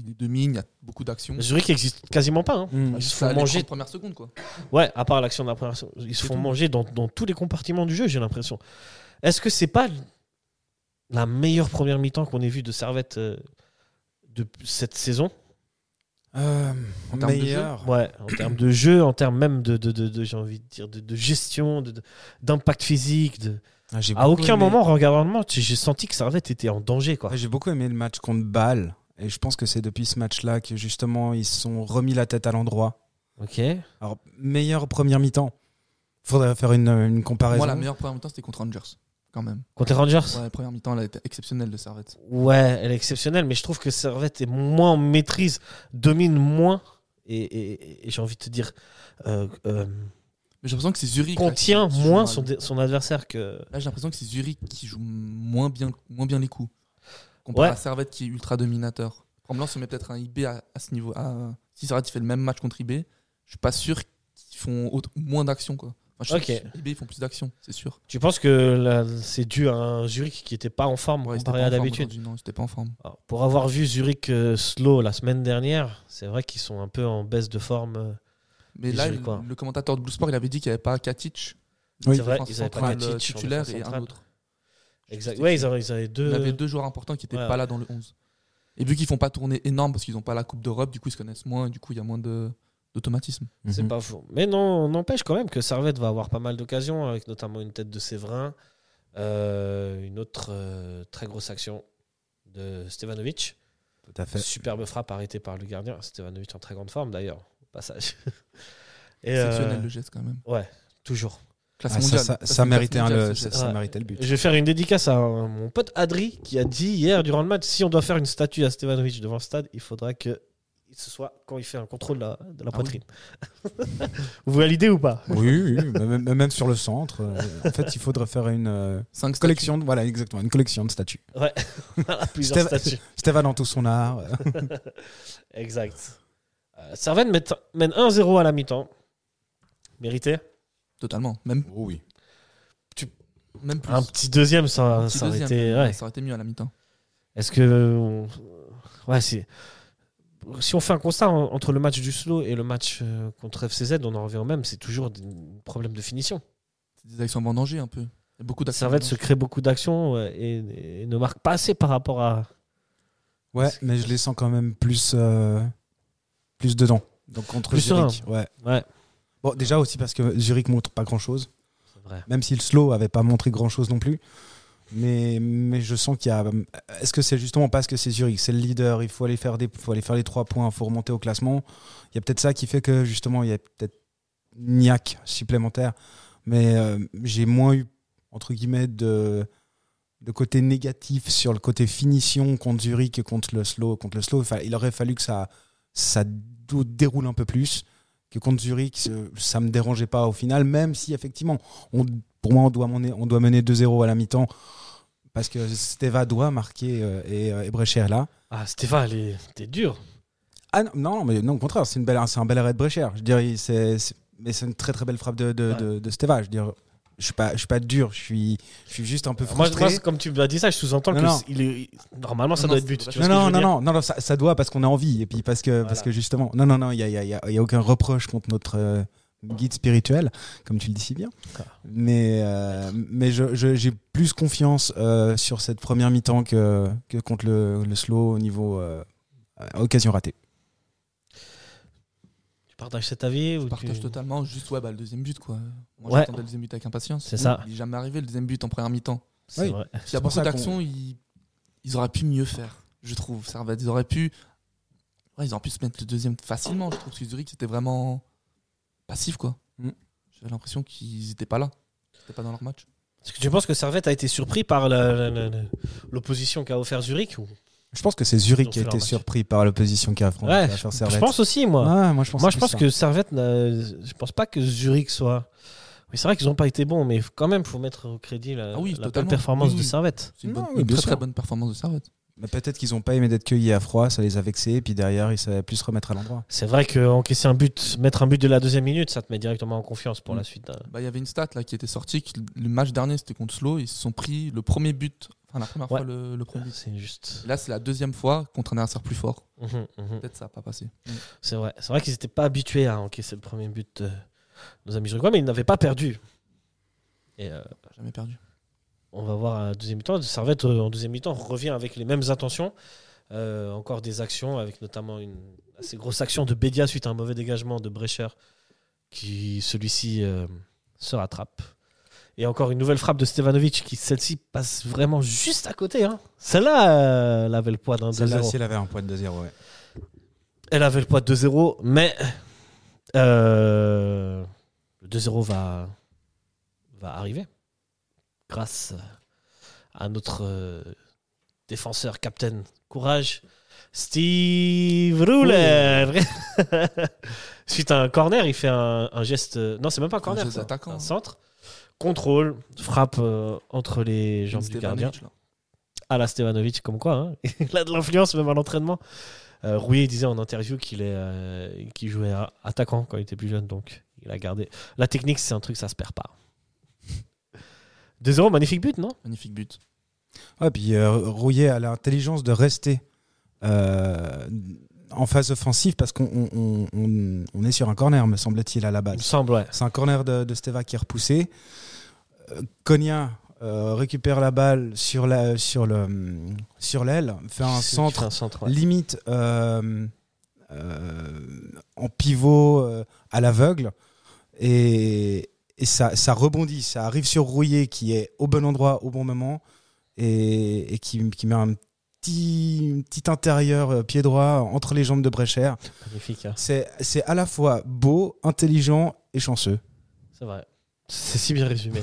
ils les dominent, il y a beaucoup d'actions. Zurich existe quasiment pas. hein. Ils Mm. se Mhm. Ça, font les manger 30 premières secondes, quoi. Ouais, à part l'action de la première, ils se C'est font tout. manger dans, dans tous les compartiments du jeu, j'ai l'impression. Est-ce que c'est pas la meilleure première mi-temps qu'on ait vue de Servette euh, de cette saison Euh, En termes de jeu meilleur. Ouais, en termes de jeu, en termes même de, de, de- de- j'ai envie de dire, de, de gestion, de- de- d'impact physique. de- Ah, j'ai À beaucoup aucun aimé- moment, en regardant le match, j'ai senti que Servette était en danger, quoi. Ouais, J'ai beaucoup aimé le match contre Bâle. Et je pense que c'est depuis ce match-là que justement ils se sont remis la tête à l'endroit. Ok. Alors, meilleure première mi-temps. Faudrait faire une, une comparaison. Moi, la meilleure première mi-temps, c'était contre Rangers, quand même. Contre les Rangers Ouais, la première mi-temps, elle a été exceptionnelle de servette. Ouais, elle est exceptionnelle, mais je trouve que Servette est moins en maîtrise, domine moins, et, et- et j'ai envie de te dire, euh, euh, Mais j'ai l'impression que c'est Zurich. là, qui- contient qui joue moins mal. son, dé- son adversaire que. Là, j'ai l'impression que c'est Zurich qui joue moins bien, moins bien les coups. Comparé Ouais. à Servette qui est ultra dominateur. Tremblant se met peut-être un IB à, à ce niveau. à- si Servette fait le même match contre IB, je suis pas sûr qu'ils font autre- moins d'actions. quoi. Enfin, je Ok. sais que IB, ils font plus d'actions, c'est sûr. Tu penses que là, c'est dû à un Zurich qui n'était pas en forme Ouais, ils étaient comparé pas à en forme d'habitude aujourd'hui, Non, c'était pas en forme. Alors, Pour avoir vu Zurich euh, slow la semaine dernière, c'est vrai qu'ils sont un peu en baisse de forme. euh. Mais Ils là, jouent il- quoi le commentateur de Blue Sport, il avait dit qu'il n'y avait pas Katic, Oui. c'est vrai, défense ils avaient pas centrale, Katic, euh, titulaire et un autre. Exact. Ouais, ils avaient, ils avaient On deux. avait deux joueurs importants qui n'étaient Euh. ouais. pas là dans le 11. Et vu qu'ils font pas tourner énorme parce qu'ils n'ont pas la Coupe d'Europe, du coup, ils se connaissent moins, et du coup, il y a moins de- d'automatisme. C'est Mhm. pas faux. Mais non, n'empêche quand même que Servette va avoir pas mal d'occasions, avec notamment une tête de Séverin, euh, une autre euh, très grosse action de Stevanovic. Tout à fait. Superbe frappe arrêtée par le gardien. Stevanovic en très grande forme d'ailleurs, au passage. Et euh, Exceptionnel le geste quand même. toujours. Classe Ah, ça, mondiale. ça, c'est ça une classe méritait, hein, mondiale, le, ce ça, geste. ça Ouais. méritait le but. Je vais faire une dédicace à euh, mon pote Adri qui a dit hier durant le match si on doit faire une statue à Stevanovic devant le stade, il faudra que ce soit quand il fait un contrôle de la, de la Ah oui. poitrine. Vous validez ou pas Oui, oui, oui. même, même sur le centre. euh, En fait, il faudrait faire une euh, Cinq statues. collection. de- Voilà, exactement, une collection de statues. Voilà, Plusieurs Stev- statues. Stéphane dans tout son art. Exact. Euh, Servette met- mène 1-0 à la mi-temps. Mérité. Totalement. Même, Oh oui. même plus. Un petit deuxième, ça, Petit ça aurait deuxième, été. mais Ah, ouais. ça aurait été mieux à la mi-temps. Est-ce que. euh, on- Ouais, c'est. Si on fait un constat en- entre le match du slow et le match euh, contre FCZ, on en revient au même, c'est toujours des- un problème de finition. C'est des actions en danger un peu. Il y a beaucoup d'actions. Servette en se danger. crée beaucoup d'actions ouais, et, et ne marque pas assez par rapport à. Ouais, mais je les sens quand même plus, euh, plus dedans. Donc contre Plus Zurich. Ouais. Ouais, Bon, déjà aussi parce que Zurich montre pas grand chose. c'est vrai. Même si le slow avait pas montré grand chose non plus. Mais, mais je sens qu'il y a. Est-ce que c'est justement parce que c'est Zurich, c'est le leader, il faut aller faire des, faut aller faire les trois points, il faut remonter au classement. Il y a peut-être ça qui fait que justement il y a peut-être une niaque supplémentaire. Mais euh, j'ai moins eu entre guillemets de, de côté négatif sur le côté finition contre Zurich que contre le slow. Contre le slow, Enfin, il aurait fallu que ça ça dou- déroule un peu plus, que contre Zurich, ça ça me dérangeait pas au final, même si effectivement, on, pour moi, on doit mener, on doit mener 2-0 à la mi-temps parce que Steva doit marquer euh, et, euh, et Brecher est là. Ah, Stéphane, elle est- t'es dur. Ah non, non, mais non, au contraire, c'est une belle, c'est un bel arrêt de Brecher. Je dirais, c'est, c'est- mais c'est une très très belle frappe de, de, de- de Steva. Je dirais, je suis pas, je suis pas dur, je suis, je suis juste un peu Moi, frustré. moi, c'est comme tu m'as dit ça, je sous-entends Non, que non. c'est- il est- il- normalement, ça Non, doit non, être but. c'est- tu vois Non ce que je non veux non, dire non, non, non, ça, ça doit parce qu'on a envie et puis parce que, parce Voilà. que justement, non, non, non, il n'y a, il y a- il y a- il y a aucun reproche contre notre euh, guide spirituel, comme tu le dis si bien. Mais, euh, mais je- je- j'ai plus confiance euh, sur cette première mi-temps que, que contre le, le slow au niveau euh, occasion ratée. Tu partages cet avis ou Je partage tu- totalement. Juste, ouais, bah, le deuxième but, quoi. Moi, Ouais. j'attendais le deuxième but avec impatience. C'est ça. Il est jamais arrivé, le deuxième but en première mi-temps. C'est Oui. vrai. Il y a pour beaucoup ça qu'on- d'actions, ils, ils auraient pu mieux faire, je trouve. Servette, ils auraient pu. Ouais, ils auraient pu se mettre le deuxième facilement, je trouve. Parce que Zurich, c'était vraiment passif, quoi. Mm. J'avais l'impression qu'ils n'étaient pas là. C'était pas dans leur match. Est-ce que tu penses que Servette a été surpris par la- la- la- la- l'opposition qu'a offert Zurich ou- Je pense que c'est Zurich Ils ont qui fait a leur été match. surpris par l'opposition qu'a affronté Ouais, l'affaire Je Servette. pense aussi, moi. Ouais, moi je pense, moi, que je c'est pense ça. que Servette, n'a- je pense pas que Zurich soit. Oui, c'est vrai qu'ils n'ont pas été bons, mais quand même, faut mettre au crédit la, Ah oui, la belle totalement. performance Oui, de oui. Servette. C'est une, Non, bonne- oui, une bien très, très sûr. bonne performance de Servette. Mais peut-être qu'ils n'ont pas aimé d'être cueillis à froid, ça les a vexés, et puis derrière ils savaient plus se remettre à l'endroit. C'est vrai qu'encaisser un but, mettre un but de la deuxième minute, ça te met directement en confiance pour la suite. hein. Bah, Il y avait une stat là, qui était sortie. que le match dernier, c'était contre Slow. Ils se sont pris le premier but. Enfin, la première Ouais. fois, le, le premier but. C'est juste. Et là, c'est la deuxième fois contre un adversaire plus fort. Mhm, mhm. Peut-être ça n'a pas passé. C'est vrai. C'est vrai qu'ils n'étaient pas habitués à encaisser le premier but de nos amis Zurichois, mais ils n'avaient pas perdu. Et euh, Jamais perdu. on va voir à deuxième mi-temps. Servette, euh, en deuxième mi-temps, revient avec les mêmes intentions. Euh, encore des actions, avec notamment une assez grosse action de Bédia suite à un mauvais dégagement de Brecher, qui celui-ci euh, se rattrape. Et encore une nouvelle frappe de Stevanovic, qui celle-ci passe vraiment juste à côté. hein. Celle-là, euh, elle avait le poids d'un 2-0. Celle-là, si elle avait un point de 2-0, ouais. Elle avait le poids de 2-0, mais euh, le 2-0 va, va arriver grâce à notre euh, défenseur, captain courage, Steve Ruler. Suite à un corner, il fait un, un geste. euh, Non, c'est même pas un corner, geste c'est d'attaquant, un hein. centre. Contrôle, frappe euh, entre les jambes du gardien Stevanovic, là. à la Stevanovic, comme quoi, hein. il a de l'influence même à l'entraînement. Euh, Rouillet disait en interview qu'il est, euh, qu'il jouait à- attaquant quand il était plus jeune, donc il a gardé. La technique, c'est un truc, ça se perd pas. 2-0, magnifique but, non Magnifique but. Ouais, puis euh, Rouillet a l'intelligence de rester euh, en phase offensive parce qu'on on- on- on- on est sur un corner, me semble-t-il, à la Il me base. semble, ouais. C'est un corner de, de Steva qui est repoussé. Euh, Konya euh, récupère la balle sur la sur le sur l'aile, fait un C'est- centre un centre, ouais. limite euh, euh, en pivot euh, à l'aveugle. Et, et ça, ça rebondit, ça arrive sur Rouillé qui est au bon endroit, au bon moment, et, et qui, qui met un petit, petit intérieur euh, pied droit entre les jambes de Brecher. Magnifique, hein. C'est c'est à la fois beau, intelligent et chanceux. c'est vrai. C'est si bien résumé.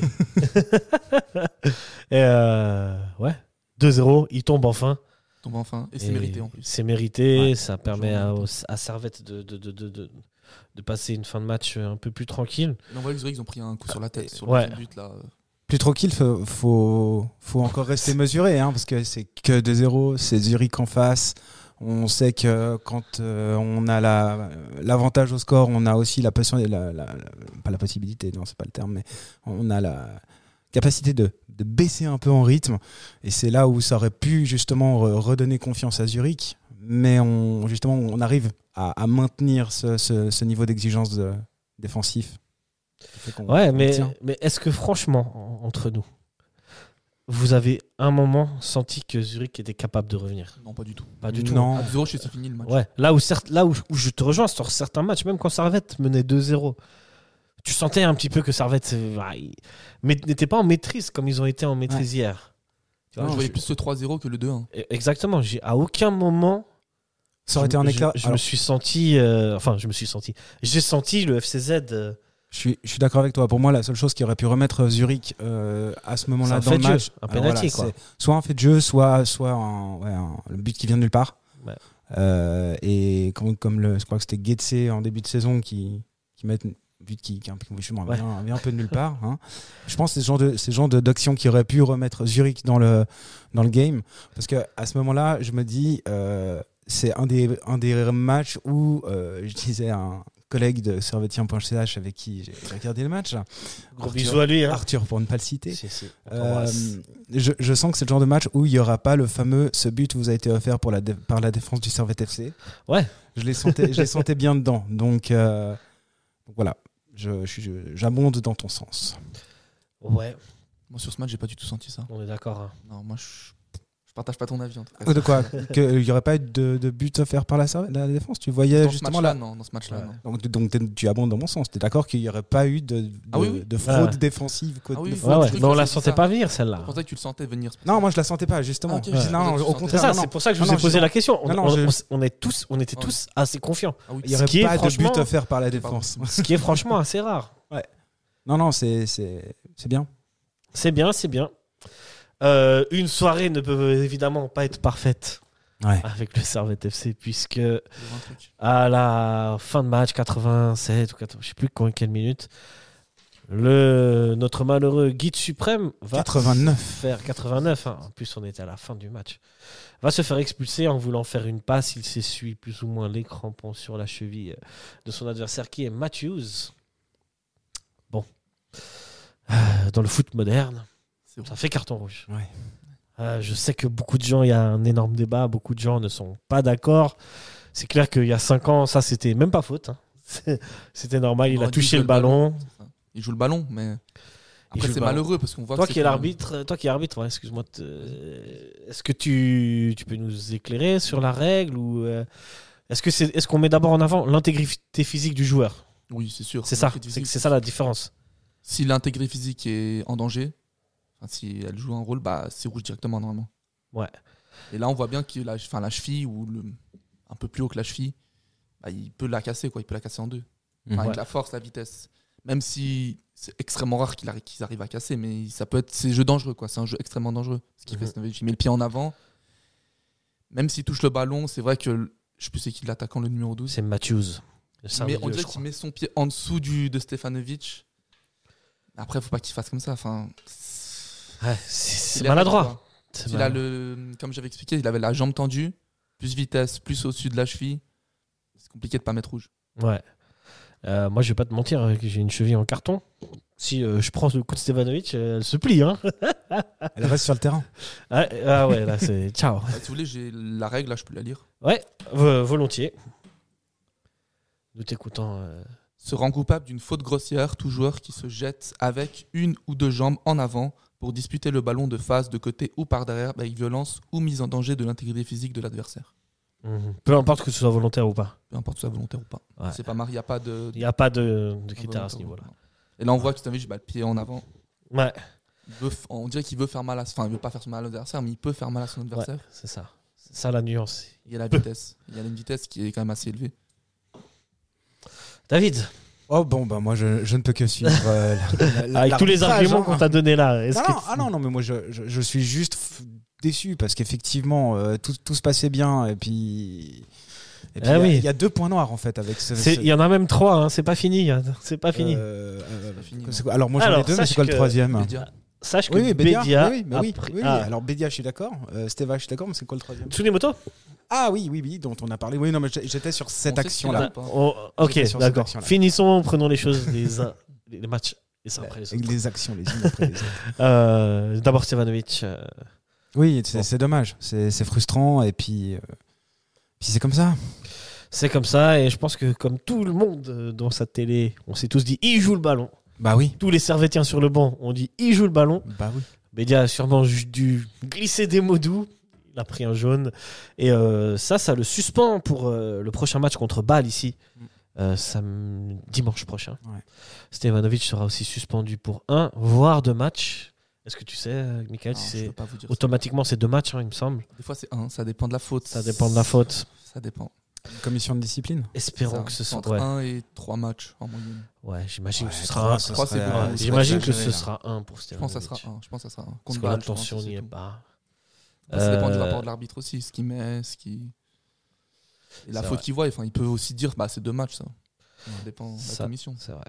Et euh, ouais, 2-0, il tombe enfin. Tombe enfin. Et Et c'est mérité en plus. C'est mérité, Ouais. ça permet à, Toujours à Servette de, de, de, de, de- de passer une fin de match un peu plus tranquille. Et on voit que Zurich, ils ont pris un coup sur la tête. Sur le Ah, Ouais. deuxième but, là. Euh, Plus tranquille, faut, faut, faut encore rester mesuré, hein, parce que c'est que 2-0, c'est Zurich en face. On sait que quand euh, on a la- l'avantage au score, on a aussi la possibilité, pas la possibilité, non, c'est pas le terme, mais on a la capacité de, de baisser un peu en rythme. Et c'est là où ça aurait pu justement re- redonner confiance à Zurich, mais on, justement, on arrive à, à maintenir ce, ce- ce niveau d'exigence euh, défensif. Ça fait qu'on- Ouais, qu'on mais, tient. mais est-ce que franchement, en- entre nous, vous avez un moment senti que Zurich était capable de revenir Non, pas du tout. Pas du tout. Non. À 0 je sais, c'est fini le match. Ouais, là où, certes, là où, où je te rejoins sur certains matchs, même quand Servette menait 2-0, tu sentais un petit peu que Servette c'est- ah, il- mais n'était pas en maîtrise comme ils ont été en maîtrise hier. Tu vois, je je- E, voyais plus le 3-0 que le 2-1. Exactement, j'ai à aucun moment Ça aurait été un je- éclat. Je, Alors, me suis senti, euh, enfin, je me suis senti, j'ai senti le FCZ. euh, Je suis, je suis d'accord avec toi. Pour moi, la seule chose qui aurait pu remettre Zurich euh, à ce moment-là C'est un fait dans le de jeu, match, un alors penalty, voilà, quoi. c'est soit un fait de jeu, soit, soit un, ouais, un- le but qui vient de nulle part. Ouais. Euh, et comme, comme le, je crois que c'était Getse en début de saison qui, qui mettent une but qui, qui, qui, qui Ouais. vient, vient un peu de nulle part. hein. Je pense que c'est ce genre de ces genre de- d'action qui aurait pu remettre Zurich dans le dans le game parce que à ce moment-là, je me dis euh, c'est un des un des matchs où euh, je disais à un collègue de servetien.ch avec qui j'ai j'ai regardé le match, Gros Arthur. bisous à lui. hein. Arthur pour ne pas le citer. Si, si, on Euh, t'embrasse. je, je sens que c'est le genre de match où il n'y aura pas le fameux ce but vous a été offert pour la dé- par la défense du Servette FC. Ouais. Je les sentais, je les sentais bien dedans. Donc euh, voilà, je, je suis- je- j'abonde dans ton sens. Ouais, Moi, sur ce match, j'ai pas du tout senti ça. on est d'accord. hein. Non, moi, je, je partage pas ton avis en tout cas. De quoi Qu'il n'y aurait pas eu de, de but offert par la, Servette- la défense Tu voyais Dans ce justement match-là, là. non. Dans ce match-là, Ouais. non. Donc, donc t'es- tu abondes dans mon sens. Tu es d'accord qu'il n'y aurait pas eu de, de, Ah oui, oui. de fraude Ah. défensive côté- Ah oui, de oui. fraude- Ouais, ouais. truc, Mais on là, la c'est sentait ça. pas venir C'est celle-là. pour ça que tu le sentais venir. Non, moi je la sentais pas justement. Ah, ok, Je dis, je- non, je au sentais. C'est contraire. ça, non, c'est non. pour ça que je Non, vous ai non, posé je- la question. On, Non, non, on- je- on- on est tous, on était tous assez confiants. Ah oui, Il n'y aurait qui est pas de but franchement- offert par la défense. Ce qui est franchement assez rare. Non, non, c'est c'est- c'est bien. C'est bien, c'est bien. Euh, une soirée ne peut évidemment pas être parfaite Ouais. avec le Servette FC, puisque il y avait un truc. à la fin de match, 87 ou 80, je sais plus combien, quelle minute, le, notre malheureux guide suprême va 89. se faire 89. hein. En plus, on était à la fin du match. Va se faire expulser en voulant faire une passe. Il s'essuie plus ou moins les crampons sur la cheville de son adversaire qui est Matthews. Bon. Euh, Dans le foot moderne, C'est bon. ça fait carton rouge. Ouais. Euh, je sais que beaucoup de gens, il y a un énorme débat, beaucoup de gens ne sont pas d'accord. C'est clair qu'il y a 5 ans, ça, c'était même pas faute. hein. C'est- C'était normal, il On a aurait dit touché que le ballon. Il joue le ballon, mais Il après joue c'est le ballon. malheureux parce qu'on voit. Toi que qui c'est es quand même- l'arbitre, toi qui es arbitre, ouais, excuse-moi, te- est-ce que tu, tu peux nous éclairer sur la règle ou euh, est-ce que c'est est-ce qu'on met d'abord en avant l'intégrité physique du joueur Oui, c'est sûr. C'est ça, L'intégrité c'est physique. c'est ça la différence. Si l'intégrité physique est en danger, enfin, si elle joue un rôle, bah c'est rouge directement normalement. Ouais. Et là, on voit bien que la, enfin, la cheville ou le, un peu plus haut que la cheville, bah, il peut la casser quoi. Il peut la casser en deux. Enfin, Ouais. Avec la force, la vitesse. Même si c'est extrêmement rare qu'il arri- qu'ils arrivent à casser, mais ça peut être c'est jeu dangereux quoi. C'est un jeu extrêmement dangereux. Ce qu'il Mhm. fait, Stanojevic. il met le pied en avant. Même s'il touche le ballon, c'est vrai que le- je sais plus c'est qui l'attaquant le numéro 12. C'est Matthews. le Il met- Serbe, on je dirait crois. qu'il met son pied en dessous du, de Stefanovic. Après, faut pas qu'il fasse comme ça. Enfin, c'est Ouais, c'est c'est il est maladroit. C'est Il a maladroit. le, comme j'avais expliqué, il avait la jambe tendue, plus vitesse, plus au-dessus de la cheville. C'est compliqué de pas mettre rouge. Ouais. Euh, moi, je vais pas te mentir, euh, que j'ai une cheville en carton. Si euh, je prends le coup de Stevanovic, euh, elle se plie. Hein Elle reste sur le terrain. ah, ah ouais, là, c'est ciao. Ah, si vous voulez, j'ai la règle, là, je peux la lire. Ouais, vo- volontiers. Nous t'écoutons. euh, se rend coupable d'une faute grossière tout joueur qui se jette avec une ou deux jambes en avant pour disputer le ballon de face, de côté ou par derrière avec violence ou mise en danger de l'intégrité physique de l'adversaire. mhm. Peu importe que ce soit volontaire ou pas. Peu importe soit volontaire ou pas. Ouais. C'est pas marre, il n'y a pas de, Il n'y a pas de, Ah Ah, bah de critères à ce niveau-là. Et là, on voit que Stanovic bat le pied en avant. Ouais, Il veut f- on dirait qu'il veut faire mal à. Enfin, il veut pas faire mal à l'adversaire, mais il peut faire mal à son adversaire. c'est ça. C'est ça la nuance. Il y a la vitesse. Il y a une vitesse qui est quand même assez élevée. David, Oh bon, bah moi je, je ne peux que suivre. euh, la- la- la- avec tous les l'arbitrage, arguments hein. qu'on t'a donnés là, est-ce Ah que non, ah non, non, mais moi je, je- je suis juste f- déçu parce qu'effectivement euh, tout, tout se passait bien et puis. et puis, il y Ah a- oui. Il y a deux points noirs en fait avec ce. c'est- ce- il y en a même trois, hein, c'est pas fini. hein, c'est pas fini. euh, euh, pas fini, c'est non. quoi- alors moi j'en ai Alors, deux, mais c'est sache quoi que- le troisième Je veux dire, Sache que Oui, oui, Bédia. Bédia oui, oui, mais oui, a pris- oui, oui. Ah, Alors Bédia, je suis d'accord. Euh, Steva, je suis d'accord, mais c'est quoi le troisième Tsunemoto Ah oui, oui, oui, dont on a parlé. Oui, non, mais j'ai- j'étais sur cette On sait ce qu'il action-là. a. pas. Oh, Ok, J'étais sur cette d'accord. action-là. Finissons, prenons les choses les uns, les les matchs les uns après les Avec autres. les actions les unes après les autres. Euh, D'abord Stevanovic. euh, Oui, c'est Bon. c'est dommage, c'est c'est frustrant et puis, euh, puis c'est comme ça. C'est comme ça, et je pense que comme tout le monde euh, dans sa télé, on s'est tous dit il joue le ballon. Bah oui. Tous les servettiens sur le banc ont dit il joue le ballon. Bah oui. Bédia a sûrement ju- dû glisser des mots doux. Il a pris un jaune. Et euh, ça, ça le suspend pour euh, le prochain match contre Bâle ici, euh, sam- dimanche prochain. Ouais. Stevanovic sera aussi suspendu pour un, voire deux matchs. Est-ce que tu sais, euh, Michael, Non, si je peux c'est pas vous dire ça. automatiquement c'est deux matchs, hein, il me semble. Des fois, c'est un. Ça dépend de la faute. Ça dépend de la faute. Ça dépend. Commission de discipline. Espérons Ça, que ce c'est soit. entre Ouais, Euh, un et trois matchs en moyenne. Ouais, j'imagine que ce Ouais, sera un. ça trois, c'est serait- bon. ça Ouais, serait J'imagine que exagéré, ce là. sera un pour Je Stevanovic. pense que ça sera un. Je pense que ça sera un. Parce Contre que Bâle, la je pense tension que c'est n'y est tout. pas. Après, Ça dépend du Euh, rapport de l'arbitre aussi, ce qu'il met, ce qui. Et la C'est faute vrai. qu'il voit, enfin, il peut aussi dire, bah, c'est deux matchs, ça. Ça dépend de la Ça. commission. C'est vrai.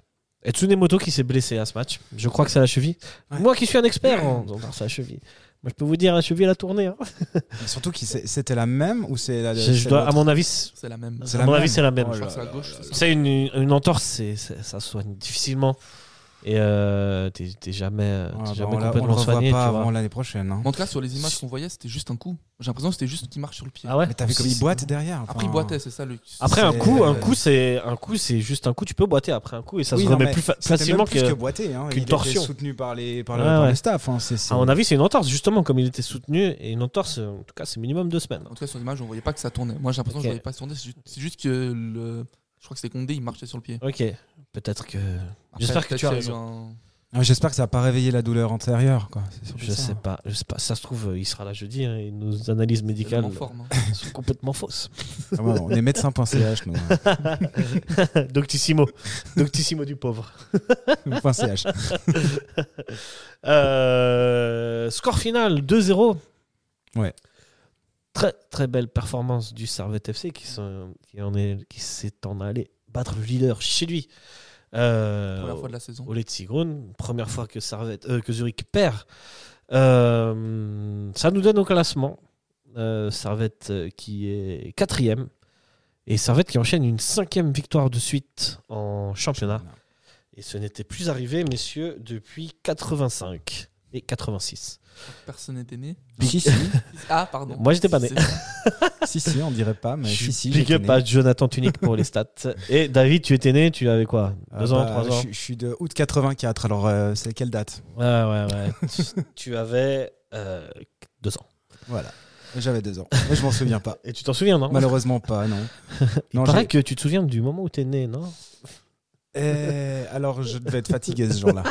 Et Tsunemoto qui s'est blessé à ce match. Je crois que c'est à la cheville. Ouais. Moi qui suis un expert en, en c'est à la cheville. Moi je peux vous dire la cheville elle a tourné. hein. Mais Surtout que c'est- c'était la même ou c'est la. Je- je c'est dois- l'autre à mon avis, c'est- C'est la même. C'est à la mon même. avis c'est la même. Oh je là crois. C'est à gauche. c'est ça C'est une, une entorse, c'est, c'est- ça se soigne difficilement. Et euh, t'es, t'es jamais, euh, Ouais, t'es bah, jamais on la- on le complètement revoit soigné. pas tu vois. avant l'année prochaine. hein. Mais en tout cas, sur les images qu'on voyait, c'était juste un coup. J'ai l'impression que c'était juste qu'il marche sur le pied. Ah ouais Mais t'as vu comme il boite derrière. enfin. Après, euh, il boitait, c'est ça le. Après un C'est- coup, un ouais. coup c'est un coup c'est juste un coup. Tu peux boiter après un coup et ça Oui, se non, remet mais plus fa- c'était même facilement plus que. que boiter. hein. qu'une Il était torsion. soutenu par les par Ouais, le par ouais. Ah, le staff. hein. C'est- c'est- À mon avis, c'est une entorse justement, comme il était soutenu et une entorse, en tout cas, c'est minimum deux semaines. En tout cas, sur l'image, on voyait pas que ça tournait. Moi, j'ai l'impression que Ok. je voyais pas tourner. C'est juste, c'est juste que le. Je crois que c'est Condé, il marchait sur le pied. Ok, peut-être que Après, J'espère que peut-être tu as qu'il y a raison. eu un- Ah, J'espère que ça n'a pas réveillé la douleur antérieure. quoi. C'est surtout je ça. hein. sais pas, je sais pas. Ça se trouve, euh, il sera là jeudi. hein, et nos analyses Il est médicales en forme. hein. euh, sont complètement fausses. Ah ouais, on est médecin.ch. nous. Doctissimo, Doctissimo du pauvre. Point .ch. Euh, score final 2-0. Ouais. Très très belle performance du Servette FC qui, sont- qui en est qui s'est en allé battre le leader chez lui. Euh, Première fois de la saison. au Letzigrun, première fois que Servette euh, que Zurich perd. Euh, ça nous donne au classement euh, Servette euh, qui est quatrième et Servette qui enchaîne une cinquième victoire de suite en championnat. Et ce n'était plus arrivé, messieurs, depuis 85 et 86. Personne n'était né. Si, si. Ah, pardon. Moi, j'étais pas né. C'est- Si, si, on dirait pas, mais si, si. Big j'étais up né. à Jonathan Tunic pour les stats. Et David, tu étais né, tu avais quoi Ah, Deux ans, bah, trois ans je, je suis de août 84, alors euh, c'est quelle date Ouais, ouais, ouais. tu, tu avais euh, deux ans. Voilà. J'avais deux ans. Mais je m'en souviens pas. Et tu t'en souviens, non Malheureusement pas, non. Il Non, paraît j'ai- que tu te souviens du moment où t'es né, non Eh, alors je devais être fatigué ce jour-là.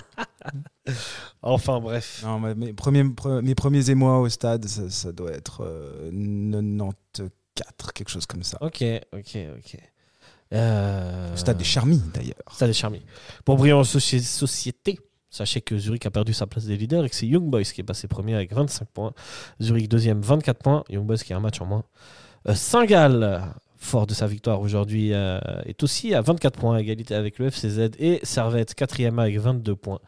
Enfin, bref. Non, mais mes premiers, pre- mes premiers émois au stade, ça, ça doit être euh, 94, quelque chose comme ça. Ok, ok, ok. Euh, Au stade des Charmilles, d'ailleurs. Stade des Charmilles. Pour Brillant Soci- Société, sachez que Zurich a perdu sa place des leaders et que c'est Young Boys qui est passé premier avec 25 points. Zurich deuxième, 24 points. Young Boys qui a un match en moins. Euh, Saint-Gall, euh, fort de sa victoire aujourd'hui, euh, est aussi à 24 points, à égalité avec le FCZ. Et Servette, quatrième avec 22 points.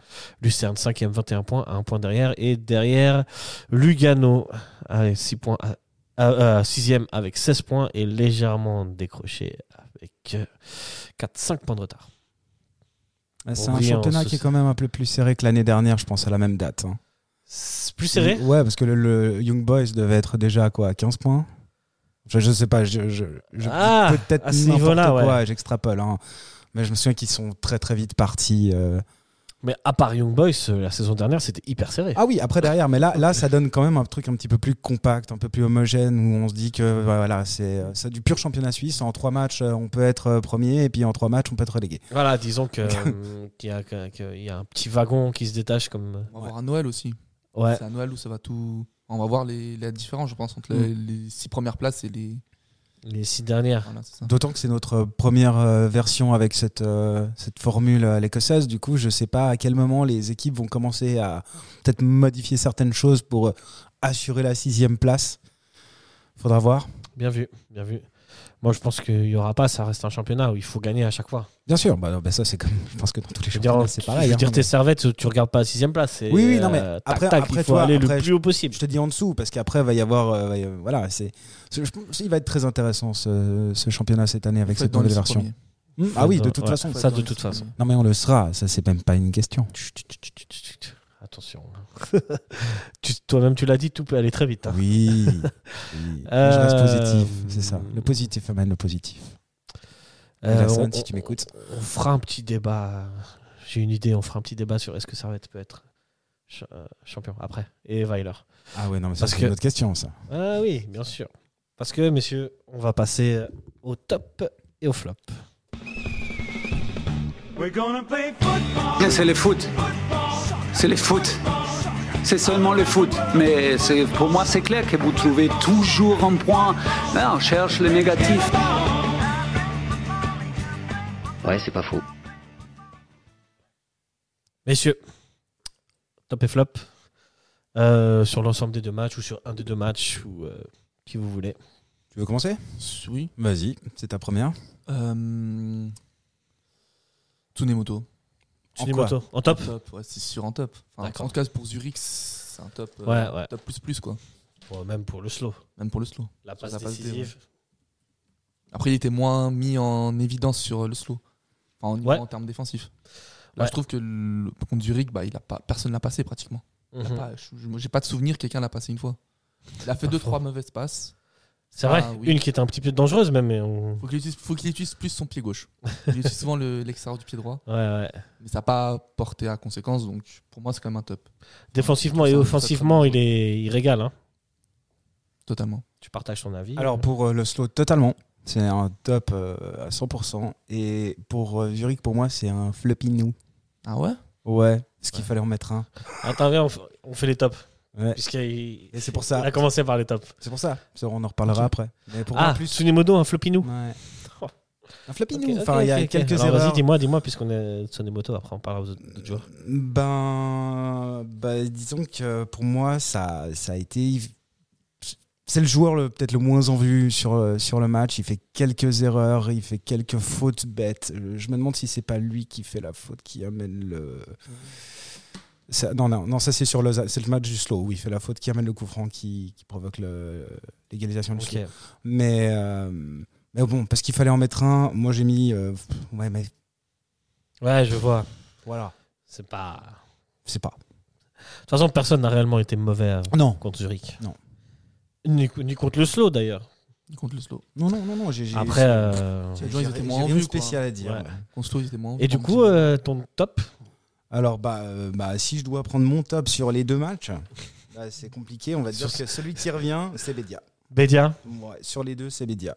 Lucerne, cinquième, 21 points, à un point derrière. Et derrière, Lugano, à 6 points. à- à- euh, sixième avec 16 points et légèrement décroché avec 4-5 points de retard. Ah, C'est Au un Brillant, championnat ce- qui est quand même un peu plus serré que l'année dernière, je pense, à la même date. hein. C'est plus serré Ouais, parce que le, le Young Boys devait être déjà à quoi à 15 points je, je sais pas, je, je, je- Ah, peut-être à ce n'importe niveau-là, ouais. quoi, j'extrapole. hein. Mais je me souviens qu'ils sont très très vite partis. euh. Mais à part Young Boys, euh, la saison dernière, c'était hyper serré. Ah oui, après derrière, mais là, là ça donne quand même un truc un petit peu plus compact, un peu plus homogène, où on se dit que voilà, c'est euh, c'est du pur championnat suisse. En trois matchs, euh, on peut être euh, premier, et puis en trois matchs, on peut être relégué. Voilà, disons que, euh, qu'il y, a- que- qu'il y a un petit wagon qui se détache comme. euh, On va voir à Noël aussi. Ouais. C'est à Noël où ça va tout. On va voir les, la différence, je pense, Mm. entre les, les six premières places et les. Les six dernières. Voilà, c'est ça. D'autant que c'est notre première euh, version avec cette, euh, cette formule à l'écossaise. Du coup, je ne sais pas à quel moment les équipes vont commencer à peut-être modifier certaines choses pour euh, assurer la sixième place. Faudra voir. Bien vu, bien vu. Moi, je pense qu'il n'y aura pas, ça reste un championnat où il faut gagner à chaque fois. Bien sûr, bah, non, bah, ça c'est comme. Je pense que dans tous les Je veux dire, championnats, c'est pareil. je veux hein, dire, tes mais- servettes, tu regardes pas la sixième place. c'est, Oui, oui, non, mais euh, tac, après- tac, après, il faut toi, aller après, le plus haut possible. Je te dis en dessous, parce qu'après, va y avoir. euh, va y- voilà, c'est. c'est- je pense- Il va être très intéressant ce, ce championnat cette année avec Faut être cette dans les nouvelle six version. premiers. Mmh, Ah oui, de Ouais. toute façon. Ça, Faut être dans de les toute six façon. premiers. Non, mais on le sera. Ça, c'est même pas une question. Chut, chut, chut, chut, chut, chut. Attention. Tu- Toi-même, tu l'as dit, tout peut aller très vite. hein. Oui. oui. Euh, Je reste positif, c'est ça. Euh, Le positif amène le positif. Euh, Hassan, on- si tu m'écoutes. on fera un petit débat. J'ai une idée, on fera un petit débat sur est-ce que Servette peut être cha- euh, champion après et Weiler. Ah ouais, non, mais ça, Parce c'est que- une autre question, ça. Ah oui, bien sûr. Parce que, messieurs, on va passer au top et au flop. Mais C'est le foot. C'est le foot. C'est seulement le foot. Mais c'est- pour moi, c'est clair que vous trouvez toujours un point. Là, on cherche le négatif. Ouais, c'est pas faux. Messieurs, top et flop euh, sur l'ensemble des deux matchs ou sur un des deux matchs ou euh, qui vous voulez. Tu veux commencer Oui. Vas-y, c'est ta première. Euh, Tsunemoto. Tsunemoto, en top Top, ouais, c'est sûr en top. Enfin, D'accord. en tout cas, pour Zurich, c'est un top. euh, Ouais, ouais. Top plus plus, quoi. Bon, Même pour le slow. Même pour le slow. La passe passe, la passe D, décisive. Après, il était moins mis en évidence sur euh, le slow. Enfin, en, Ouais. en termes défensifs. Là, Ouais. je trouve que le contre Zurich, bah, il a pas, personne l'a passé pratiquement. Il a Mhm. pas- je- je- moi, J'ai pas de souvenir que quelqu'un l'a passé une fois. Il a fait Pas deux faux. trois mauvaises passes. C'est Ah, vrai, oui. une qui était un petit peu dangereuse même. mais on- Faut qu'il utilise, faut qu'il utilise plus son pied gauche. Il utilise souvent le- l'extérieur du pied droit, Ouais, ouais. mais ça n'a pas porté à conséquence. Donc pour moi, c'est quand même un top, Défensivement Ça, et ça, ça, offensivement, ça, il, est... il régale. hein. totalement. Tu partages ton avis. Alors pour euh, le slow, totalement. C'est un top euh, à 100%. Et pour euh, Zurich, pour moi, c'est un floppy nous. Ah ouais Ouais, parce qu'il fallait en mettre un. Attends, viens, on f- on fait les tops. Ouais. Puisqu'il Et c'est pour ça. il a commencé par les tops. C'est pour ça. Ça, On en reparlera après. Mais pour moi, Ah, plus. Tsunemodo, un flopinou. Ouais. Oh. Un floppy Ok, nous. ok, Enfin, il y a ok, ok. quelques Alors, erreurs. Vas-y, dis-moi, dis-moi, puisqu'on est Tsunemoto, après on parlera aux autres autres joueurs. Ben, bah, disons que pour moi, ça, ça a été. C'est le joueur le- peut-être le moins en vue sur, euh, sur le match. Il fait quelques erreurs, il fait quelques fautes bêtes. Euh, Je me demande si c'est pas lui qui fait la faute qui amène le. Ça- non, non, non, ça c'est sur le, c'est le match du slow où il fait la faute qui amène le coup franc qui, qui provoque le- l'égalisation du Ok. slow. Mais, euh, mais bon, parce qu'il fallait en mettre un, moi j'ai mis. euh, ouais, mais Ouais, je vois. voilà, C'est pas. c'est pas. De toute façon, personne n'a réellement été mauvais euh, Non, contre Zurich. Non. Ni, ni contre le slow d'ailleurs. Contre le slow. non, non, non, non. j'ai- j'ai- Après. euh, J'ai Les gens, ils étaient j'ai moins en rien de vue, quoi. spécial à dire. Ouais. ouais. Contre le slow, ils étaient moins en Et du forme, coup, c'est- euh, ton top Alors, bah, euh, bah, si je dois prendre mon top sur les deux matchs, bah, c'est compliqué. On va dire que celui qui revient, c'est Bédia. Bédia Ouais, sur les deux, c'est Bédia.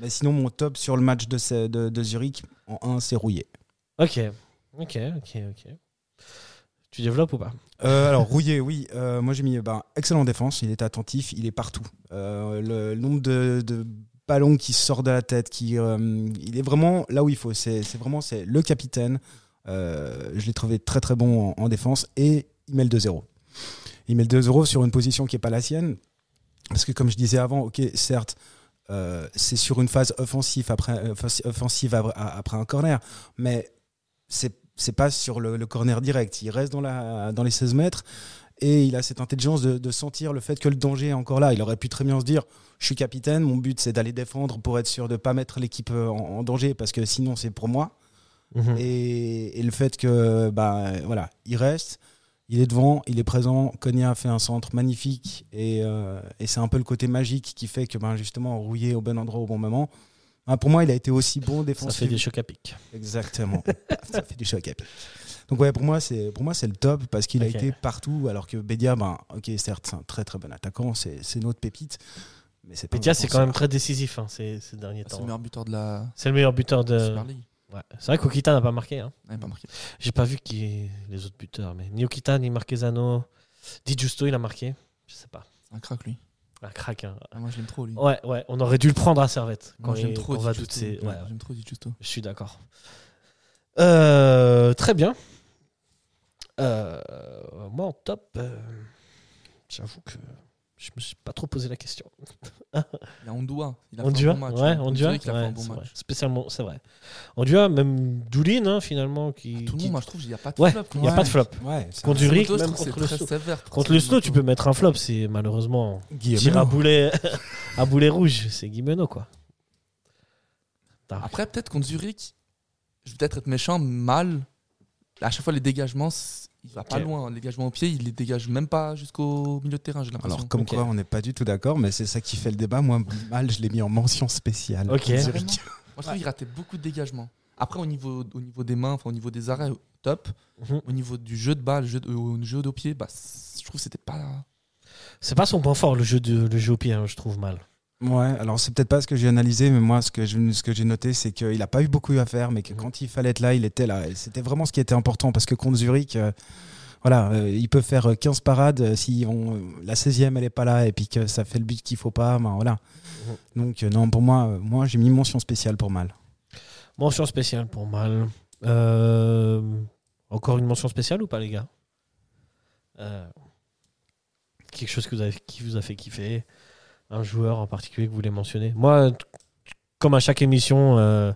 Mais sinon, mon top sur le match de, ce- de, de Zurich, en un, c'est Rouillé. Ok. Ok, ok, ok. Tu développes ou pas Euh, alors, Rouillé, oui. euh, moi, j'ai mis bah, excellent défense. Il est attentif, il est partout. Euh, le nombre de, de ballons qui sort de la tête, qui, euh, il est vraiment là où il faut. C'est c'est vraiment c'est le capitaine. Euh, je l'ai trouvé très très bon en, en défense et il met le 2-0. Il met le 2-0 sur une position qui n'est pas la sienne. Parce que, comme je disais avant, ok, certes. euh, c'est sur une phase offensive après, offensi- offensive après- après un corner, mais c'est c'est pas sur le, le corner direct. Il reste dans, la, dans les 16 mètres et il a cette intelligence de, de sentir le fait que le danger est encore là. Il aurait pu très bien se dire Je suis capitaine, mon but c'est d'aller défendre pour être sûr de pas mettre l'équipe en, en danger parce que sinon c'est pour moi. Mhm. Et, et le fait que, bah, voilà, il reste, il est devant, il est présent. Konya a fait un centre magnifique et, euh, et c'est un peu le côté magique qui fait que, ben justement, rouillé au bon endroit au bon moment. Ben, pour moi, il a été aussi bon Ça fait défensivement. des chocs à pic. Exactement. ça fait du choc à pic. Donc ouais, pour moi c'est pour moi c'est le top parce qu'il Ok. a été partout alors que Bédia ben OK, certes, c'est un très très bon attaquant, c'est c'est notre pépite. Mais c'est pas un Bédia, c'est quand défenseur. même très décisif hein, ces, ces derniers Ah, c'est temps. le hein. meilleur buteur de la C'est le meilleur buteur de. Super League. Ouais. C'est vrai qu'Okita n'a pas marqué. hein. Ouais, pas marqué. J'ai pas vu qui les autres buteurs, mais ni Okita, ni Marquezano. Di Giusto, il a marqué. Je sais pas. C'est un crack lui. Un crack. hein. Ah, moi, je l'aime trop lui. Ouais, ouais, on aurait dû le prendre à Servette. Quand Moi, j'aime il- trop on va Di toutes Giusto. ces- ouais, Ouais, ouais, J'aime trop Di Giusto. je suis d'accord. Euh, très bien. Euh, moi, en top, euh, j'avoue que je me suis pas trop posé la question. Il y a Ondua. Il a fait un Ondua, bon match, ouais, hein. Ondua, Zurich, il a fait ouais, un bon c'est match. vrai. spécialement, c'est vrai. Ondua, même Doulin, hein, finalement, qui. Ah, Tout le qui- monde, moi, je trouve, il n'y a pas de Ouais, flop. il n'y a Ouais. pas de flop. Ouais, c'est Contre un- Zurich, Tsunemoto, je même trouve que contre c'est le très slow. sévère pour Contre le slow, Tsunemoto. tu peux mettre un flop, c'est malheureusement. Tir à Guillemot. boulet, à boulet rouge, c'est Guimeno, quoi. Dark. Après, peut-être contre Zurich, je vais peut-être être méchant, mal. À chaque fois, les dégagements, c- il va pas Ok. loin. Les dégagements au pied, il les dégage même pas jusqu'au milieu de terrain, j'ai l'impression. Alors comme Ok. quoi on n'est pas du tout d'accord mais c'est ça qui fait le débat. Moi mal, je l'ai mis en mention spéciale. Ok. Zurich. Vraiment. Moi, je trouve qu'il ratait beaucoup de dégagements. Après, au niveau, au niveau des mains, enfin, au niveau des arrêts, top. Mhm. Au niveau du jeu de balle, jeu de, au jeu de pied, bah, c- je trouve que c'était pas. C'est pas son point fort, le jeu, de, le jeu au pied, hein, je trouve mal. Ouais, alors c'est peut-être pas ce que j'ai analysé, mais moi ce que je- ce que j'ai noté, c'est qu'il a pas eu beaucoup à faire, mais Mhm. que quand il fallait être là, il était là. Et C'était vraiment ce qui était important parce que contre Zurich, euh, voilà, euh, il peut faire euh, 15 parades euh, si on, la 16e elle est pas là et puis que ça fait le but qu'il faut pas, ben voilà. Mhm. Donc euh, non, pour moi, euh, moi j'ai mis mention spéciale pour mal. Mention spéciale pour Mal. Euh, encore une mention spéciale ou pas, les gars Euh, Quelque chose que vous avez, qui vous a fait kiffer Un joueur en particulier que vous voulez mentionner Moi, t- comme à chaque émission, euh,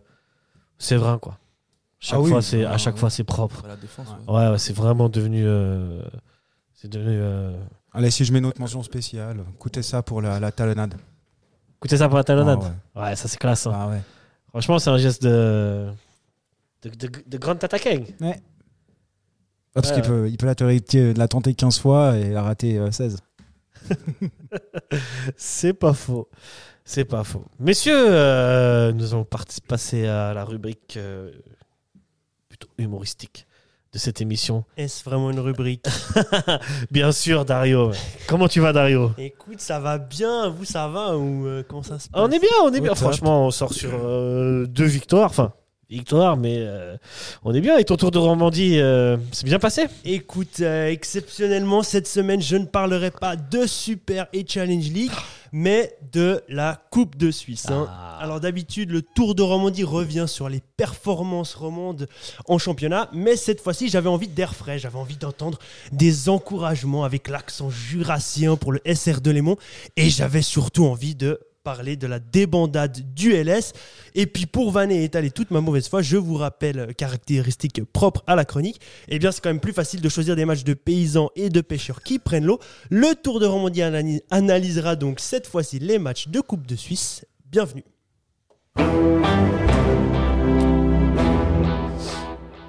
Séverin, quoi. Chaque Ah oui. fois, c'est à Ah, chaque ouais. fois, c'est propre. la défense. ouais. Bah, Ouais, ouais, c'est vraiment devenu. euh, c'est devenu. euh, Allez, si je mets une autre mention spéciale, écoutez ça pour la, la talonnade. Écoutez ça pour la talonnade. Ah ouais. ouais. ça c'est classe. hein. Ah ouais. Franchement, c'est un geste de. de, de, de grande tata Keng. Ah, parce Ouais, qu'il ouais. peut, il peut la, tenter, la tenter 15 fois et la rater euh, 16. C'est pas faux. C'est pas faux. Messieurs, euh, nous allons part- passer à la rubrique euh, plutôt humoristique de cette émission. Est-ce vraiment une rubrique Bien sûr, Dario. Comment tu vas, Dario Écoute, ça va bien, vous ça va ou euh, comment ça se passe On est bien, on est bien. top. Franchement, on sort sur euh, deux victoires. Enfin, victoire, mais euh, on est bien. Et ton tour de Romandie, euh, c'est bien passé Écoute, euh, exceptionnellement, cette semaine, je ne parlerai pas de Super et Challenge League, mais de la Coupe de Suisse. hein. Alors d'habitude, le Tour de Romandie revient sur les performances romandes en championnat, mais cette fois-ci, j'avais envie d'air frais, j'avais envie d'entendre des encouragements avec l'accent jurassien pour le SR de Lémont, et j'avais surtout envie de parler de la débandade du LS. Et puis pour vanner et étaler toute ma mauvaise foi, je vous rappelle caractéristiques propres à la chronique. Eh bien, c'est quand même plus facile de choisir des matchs de paysans et de pêcheurs qui prennent l'eau. Le Tour de Romandie analyse- analysera donc cette fois-ci les matchs de Coupe de Suisse. Bienvenue.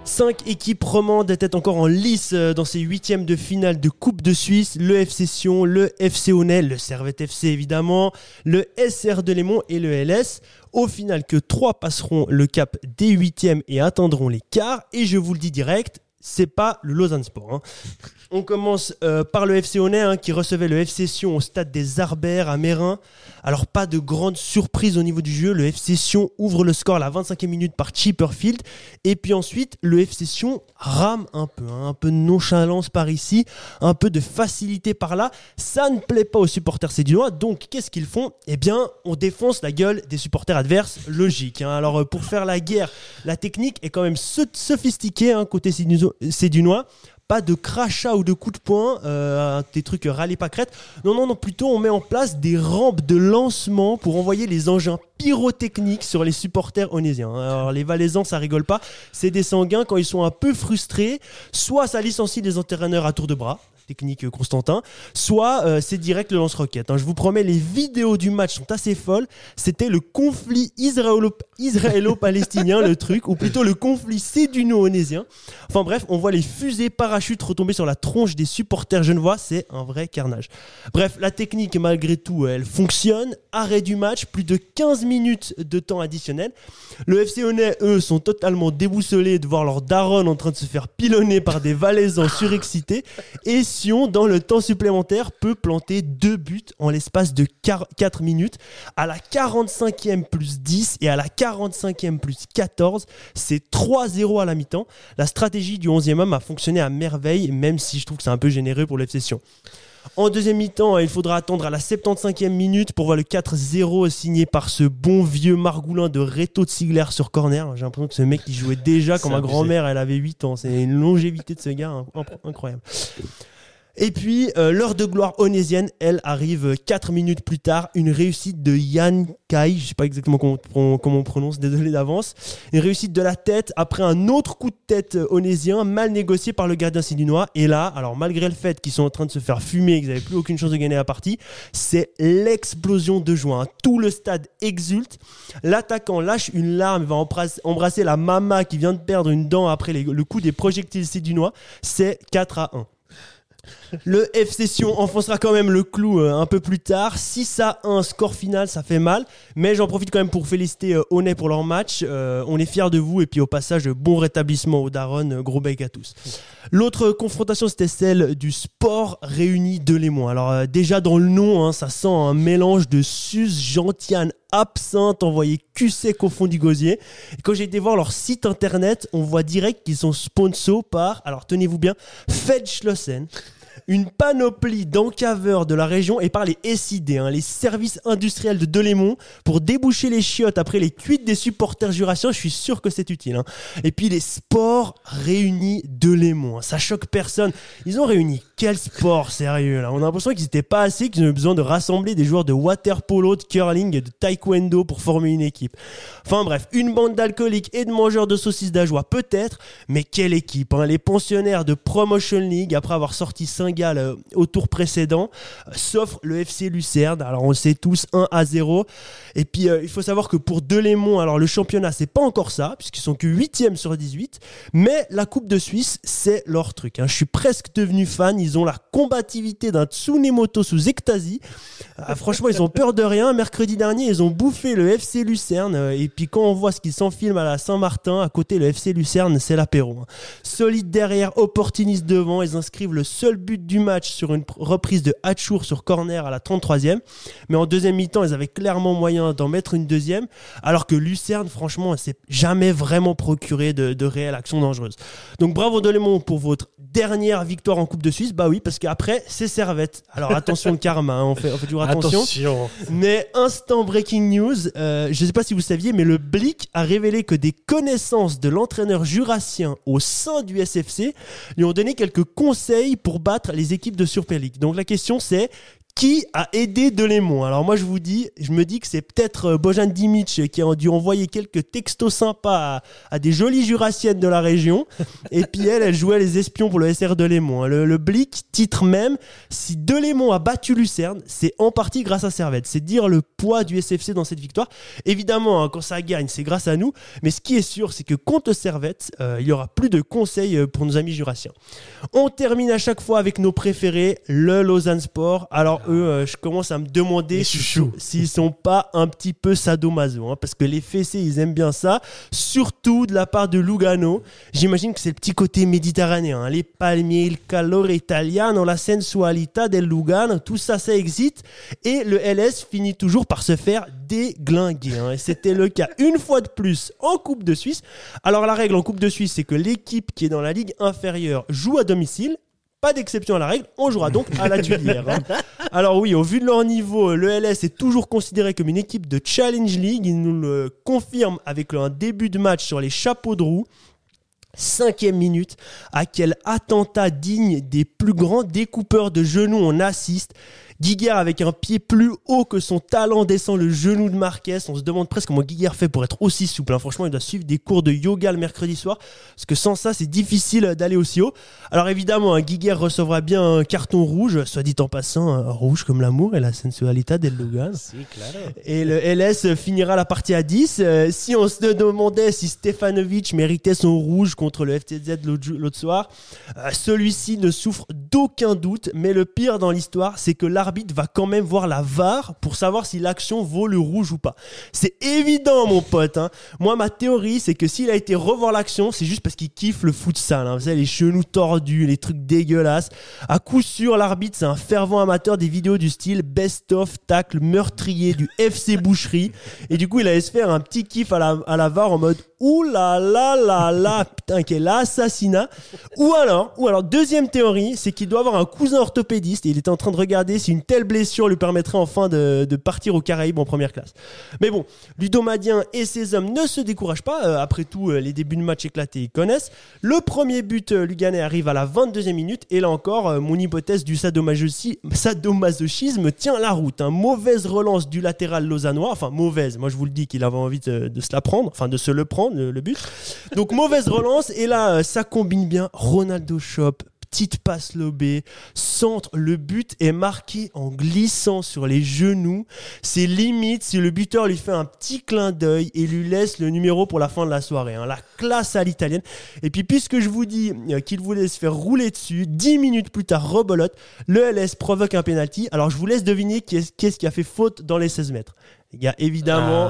Cinq équipes romandes étaient encore en lice euh, dans ces huitièmes de finale de Coupe de Suisse. Le FC Sion, le FC Honnay, le Servette FC évidemment, le SR de Lémont et le LS. Au final, que trois passeront le cap des huitièmes et attendront les quarts. Et je vous le dis direct, c'est pas le Lausanne Sport. hein. On commence euh, par le FC Honnay hein, qui recevait le FC Sion au stade des Arbères à Mérin. Alors pas de grande surprise au niveau du jeu, le FC Sion ouvre le score à la 25e minute par Chipperfield et puis ensuite le FC Sion rame un peu, hein, un peu de nonchalance par ici, un peu de facilité par là. Ça ne plaît pas aux supporters sédunois, donc qu'est-ce qu'ils font Eh bien, on défonce la gueule des supporters adverses, logique. hein. Alors euh, pour faire la guerre, la technique est quand même so- sophistiquée hein, côté séduno- sédunois pas de crachat ou de coups de poing, euh, des trucs râlés pas crête. Non, non, non, plutôt on met en place des rampes de lancement pour envoyer les engins pyrotechniques sur les supporters onésiens. hein. Alors les Valaisans, ça rigole pas. C'est des sanguins quand ils sont un peu frustrés. Soit ça licencie les entraîneurs à tour de bras, technique euh, Constantin, soit euh, c'est direct le lance-roquette. hein. Je vous promets, les vidéos du match sont assez folles. C'était le conflit israélo- israélo-palestinien, le truc, ou plutôt le conflit séduno-onésien. Enfin bref, on voit les fusées parachutes retomber sur la tronche des supporters genevois, c'est un vrai carnage. Bref, la technique malgré tout, elle fonctionne. Arrêt du match, plus de 15 minutes de temps additionnel. Le FC Honnay, eux, sont totalement déboussolés de voir leur daronne en train de se faire pilonner par des Valaisans surexcités. Et Sion, dans le temps supplémentaire, peut planter deux buts en l'espace de 4 minutes. À la 45e plus 10 et à la 45e plus 14, c'est 3-0 à la mi-temps. La stratégie du 11e homme a fonctionné à merveille, même si je trouve que c'est un peu généreux pour l'FC Sion. En deuxième mi-temps, il faudra attendre à la 75e minute pour voir le 4-0 signé par ce bon vieux margoulin de Reto de Sigler sur corner. J'ai l'impression que ce mec, il jouait déjà quand C'est ma abusé. grand-mère, elle avait 8 ans. C'est une longévité de ce gars hein, impr- incroyable. Et puis, euh, l'heure de gloire onésienne, elle arrive 4 minutes plus tard. Une réussite de Yann Kai, je sais pas exactement comment on- comment on prononce, désolé d'avance. Une réussite de la tête après un autre coup de tête euh, onésien mal négocié par le gardien sidunois. Et là, alors malgré le fait qu'ils sont en train de se faire fumer et qu'ils n'avaient plus aucune chance de gagner la partie, c'est l'explosion de joie. hein. Tout le stade exulte. L'attaquant lâche une larme, va embrasse- embrasser la mama qui vient de perdre une dent après les- le coup des projectiles sidunois. C'est 4 à 1. Le FC Sion enfoncera quand même le clou euh, un peu plus tard. 6 à 1, score final, ça fait mal. Mais j'en profite quand même pour féliciter euh, Honnet pour leur match. Euh, on est fiers de vous. Et puis au passage, bon rétablissement aux Daron. euh, Gros bec à tous. L'autre confrontation, c'était celle du sport réuni de Lémon. Alors euh, déjà dans le nom, hein, ça sent un mélange de Sus, Gentiane, Absinthe, envoyé cul sec au fond du gosier. Et quand j'ai été voir leur site internet, on voit direct qu'ils sont sponsors par, alors tenez-vous bien, Feldschlossen une panoplie d'encaveurs de la région et par les SID, hein, les services industriels de Delémont, pour déboucher les chiottes après les cuites des supporters jurassiens. Je suis sûr que c'est utile. hein. Et puis les sports réunis Delémont. hein, ça choque personne. Ils ont réuni quel sport sérieux là On a l'impression qu'ils n'étaient pas assez, qu'ils ont eu besoin de rassembler des joueurs de water polo, de curling et de taekwondo pour former une équipe. Enfin bref, une bande d'alcooliques et de mangeurs de saucisses d'ajoie peut-être, mais quelle équipe hein. Les pensionnaires de Promotion League, après avoir sorti Saint-Gall euh, au tour précédent, euh, s'offrent le FC Lucerne. Alors on le sait tous, 1 à 0. Et puis euh, il faut savoir que pour Delémont, alors le championnat c'est pas encore ça, puisqu'ils sont que 8e sur 18, mais la Coupe de Suisse c'est leur truc. hein. Je suis presque devenu fan, ils ont la combativité d'un Tsunemoto sous extasie. Ah, franchement, ils ont peur de rien. Mercredi dernier, ils ont bouffé le FC Lucerne. euh, Et puis quand on voit ce qu'ils s'enfilment à la Saint-Martin, à côté le FC Lucerne, c'est l'apéro. hein. Solide derrière, opportuniste devant, ils inscrivent le seul but du match sur une pr- reprise de Hachour sur corner à la 33e. Mais en deuxième mi-temps, ils avaient clairement moyen d'en mettre une deuxième, alors que Lucerne, franchement, elle s'est jamais vraiment procuré de, de réelle action dangereuse. Donc bravo Delémont pour votre dernière victoire en Coupe de Suisse. Bah oui, parce qu'après, c'est Servette. Alors attention le karma, hein, on, fait, on fait toujours attention. Mais instant breaking news, euh, je ne sais pas si vous saviez, mais le Blick a révélé que des connaissances de l'entraîneur jurassien au sein du SFC lui ont donné quelques conseils pour battre les équipes de Super League. Donc la question c'est qui a aidé Delémont Alors moi je vous dis, je me dis que c'est peut-être euh, Bojan Dimic qui a dû envoyer quelques textos sympas à, à des jolies jurassiennes de la région. Et puis elle, elle jouait les espions pour le SR Delémont. hein. Le, le Blick titre même si Delémont a battu Lucerne, c'est en partie grâce à Servette. C'est dire le poids du SFC dans cette victoire. Évidemment, hein, quand ça gagne, c'est grâce à nous. Mais ce qui est sûr, c'est que contre Servette, euh, il y aura plus de conseils euh, pour nos amis jurassiens. On termine à chaque fois avec nos préférés, le Lausanne Sport. Alors eux, euh, je commence à me demander s'ils sont- s'ils sont pas un petit peu sadomaso, hein, parce que les fessés, ils aiment bien ça, surtout de la part de Lugano. J'imagine que c'est le petit côté méditerranéen, hein, les palmiers, il calore italiano, la sensualita del Lugano, tout ça, ça existe. Et le LS finit toujours par se faire déglinguer. hein. Et c'était le cas une fois de plus en Coupe de Suisse. Alors la règle en Coupe de Suisse, c'est que l'équipe qui est dans la ligue inférieure joue à domicile. Pas d'exception à la règle, on jouera donc à la tuilière. hein. Alors oui, au vu de leur niveau, euh, le LS est toujours considéré comme une équipe de Challenge League. Ils nous le confirment avec un début de match sur les chapeaux de roue. Cinquième minute, à quel attentat digne des plus grands découpeurs de genoux on assiste. Guiguerre avec un pied plus haut que son talent descend le genou de Marquez. On se demande presque comment Guiguerre fait pour être aussi souple. hein. Franchement, il doit suivre des cours de yoga le mercredi soir, parce que sans ça, c'est difficile euh, d'aller aussi haut. Alors évidemment, hein, Guiguerre recevra bien un carton rouge, soit dit en passant, hein, rouge comme l'amour et la sensualité del Lugan. Et le LS finira la partie à 10. Euh, si on se demandait si Stefanovic méritait son rouge contre le FTZ l'autre jou- l'autre soir, euh, celui-ci ne souffre d'aucun doute. Mais le pire dans l'histoire, c'est que l'arbitre va quand même voir la VAR pour savoir si l'action vaut le rouge ou pas. C'est évident, mon pote. hein. Moi, ma théorie, c'est que s'il a été revoir l'action, c'est juste parce qu'il kiffe le futsal. hein. Vous savez, les genoux tordus, les trucs dégueulasses. À coup sûr, l'arbitre, c'est un fervent amateur des vidéos du style best-of, tacle, meurtrier du FC Boucherie. Et du coup, il allait se faire un petit kiff à la, à la VAR en mode Ouh là là là là, putain, quel assassinat. Ou alors, ou alors deuxième théorie, c'est qu'il doit avoir un cousin orthopédiste et il était en train de regarder si une telle blessure lui permettrait enfin de, de partir aux Caraïbes en première classe. Mais bon, Ludomadien et ses hommes ne se découragent pas. Euh, après tout, euh, les débuts de match éclatés, ils connaissent. Le premier but euh, luganais arrive à la 22e minute. Et là encore, euh, mon hypothèse du sadomasochi- sadomasochisme tient la route. Hein. Mauvaise relance du latéral lausannois. Enfin, mauvaise. Moi, je vous le dis qu'il avait envie de, de se la prendre. Enfin, de se le prendre, le, le but. Donc, mauvaise relance. Et là, euh, ça combine bien. Ronaldo chope. Petite passe lobée, centre, le but est marqué en glissant sur les genoux c'est limite si le buteur lui fait un petit clin d'œil et lui laisse le numéro pour la fin de la soirée. hein. La classe à l'italienne. Et puis, puisque je vous dis euh, qu'il voulait se faire rouler dessus, 10 minutes plus tard, rebolote, le LS provoque un penalty. Alors, je vous laisse deviner qui est- qui est-ce qui a fait faute dans les 16 mètres. Il y a Ah. évidemment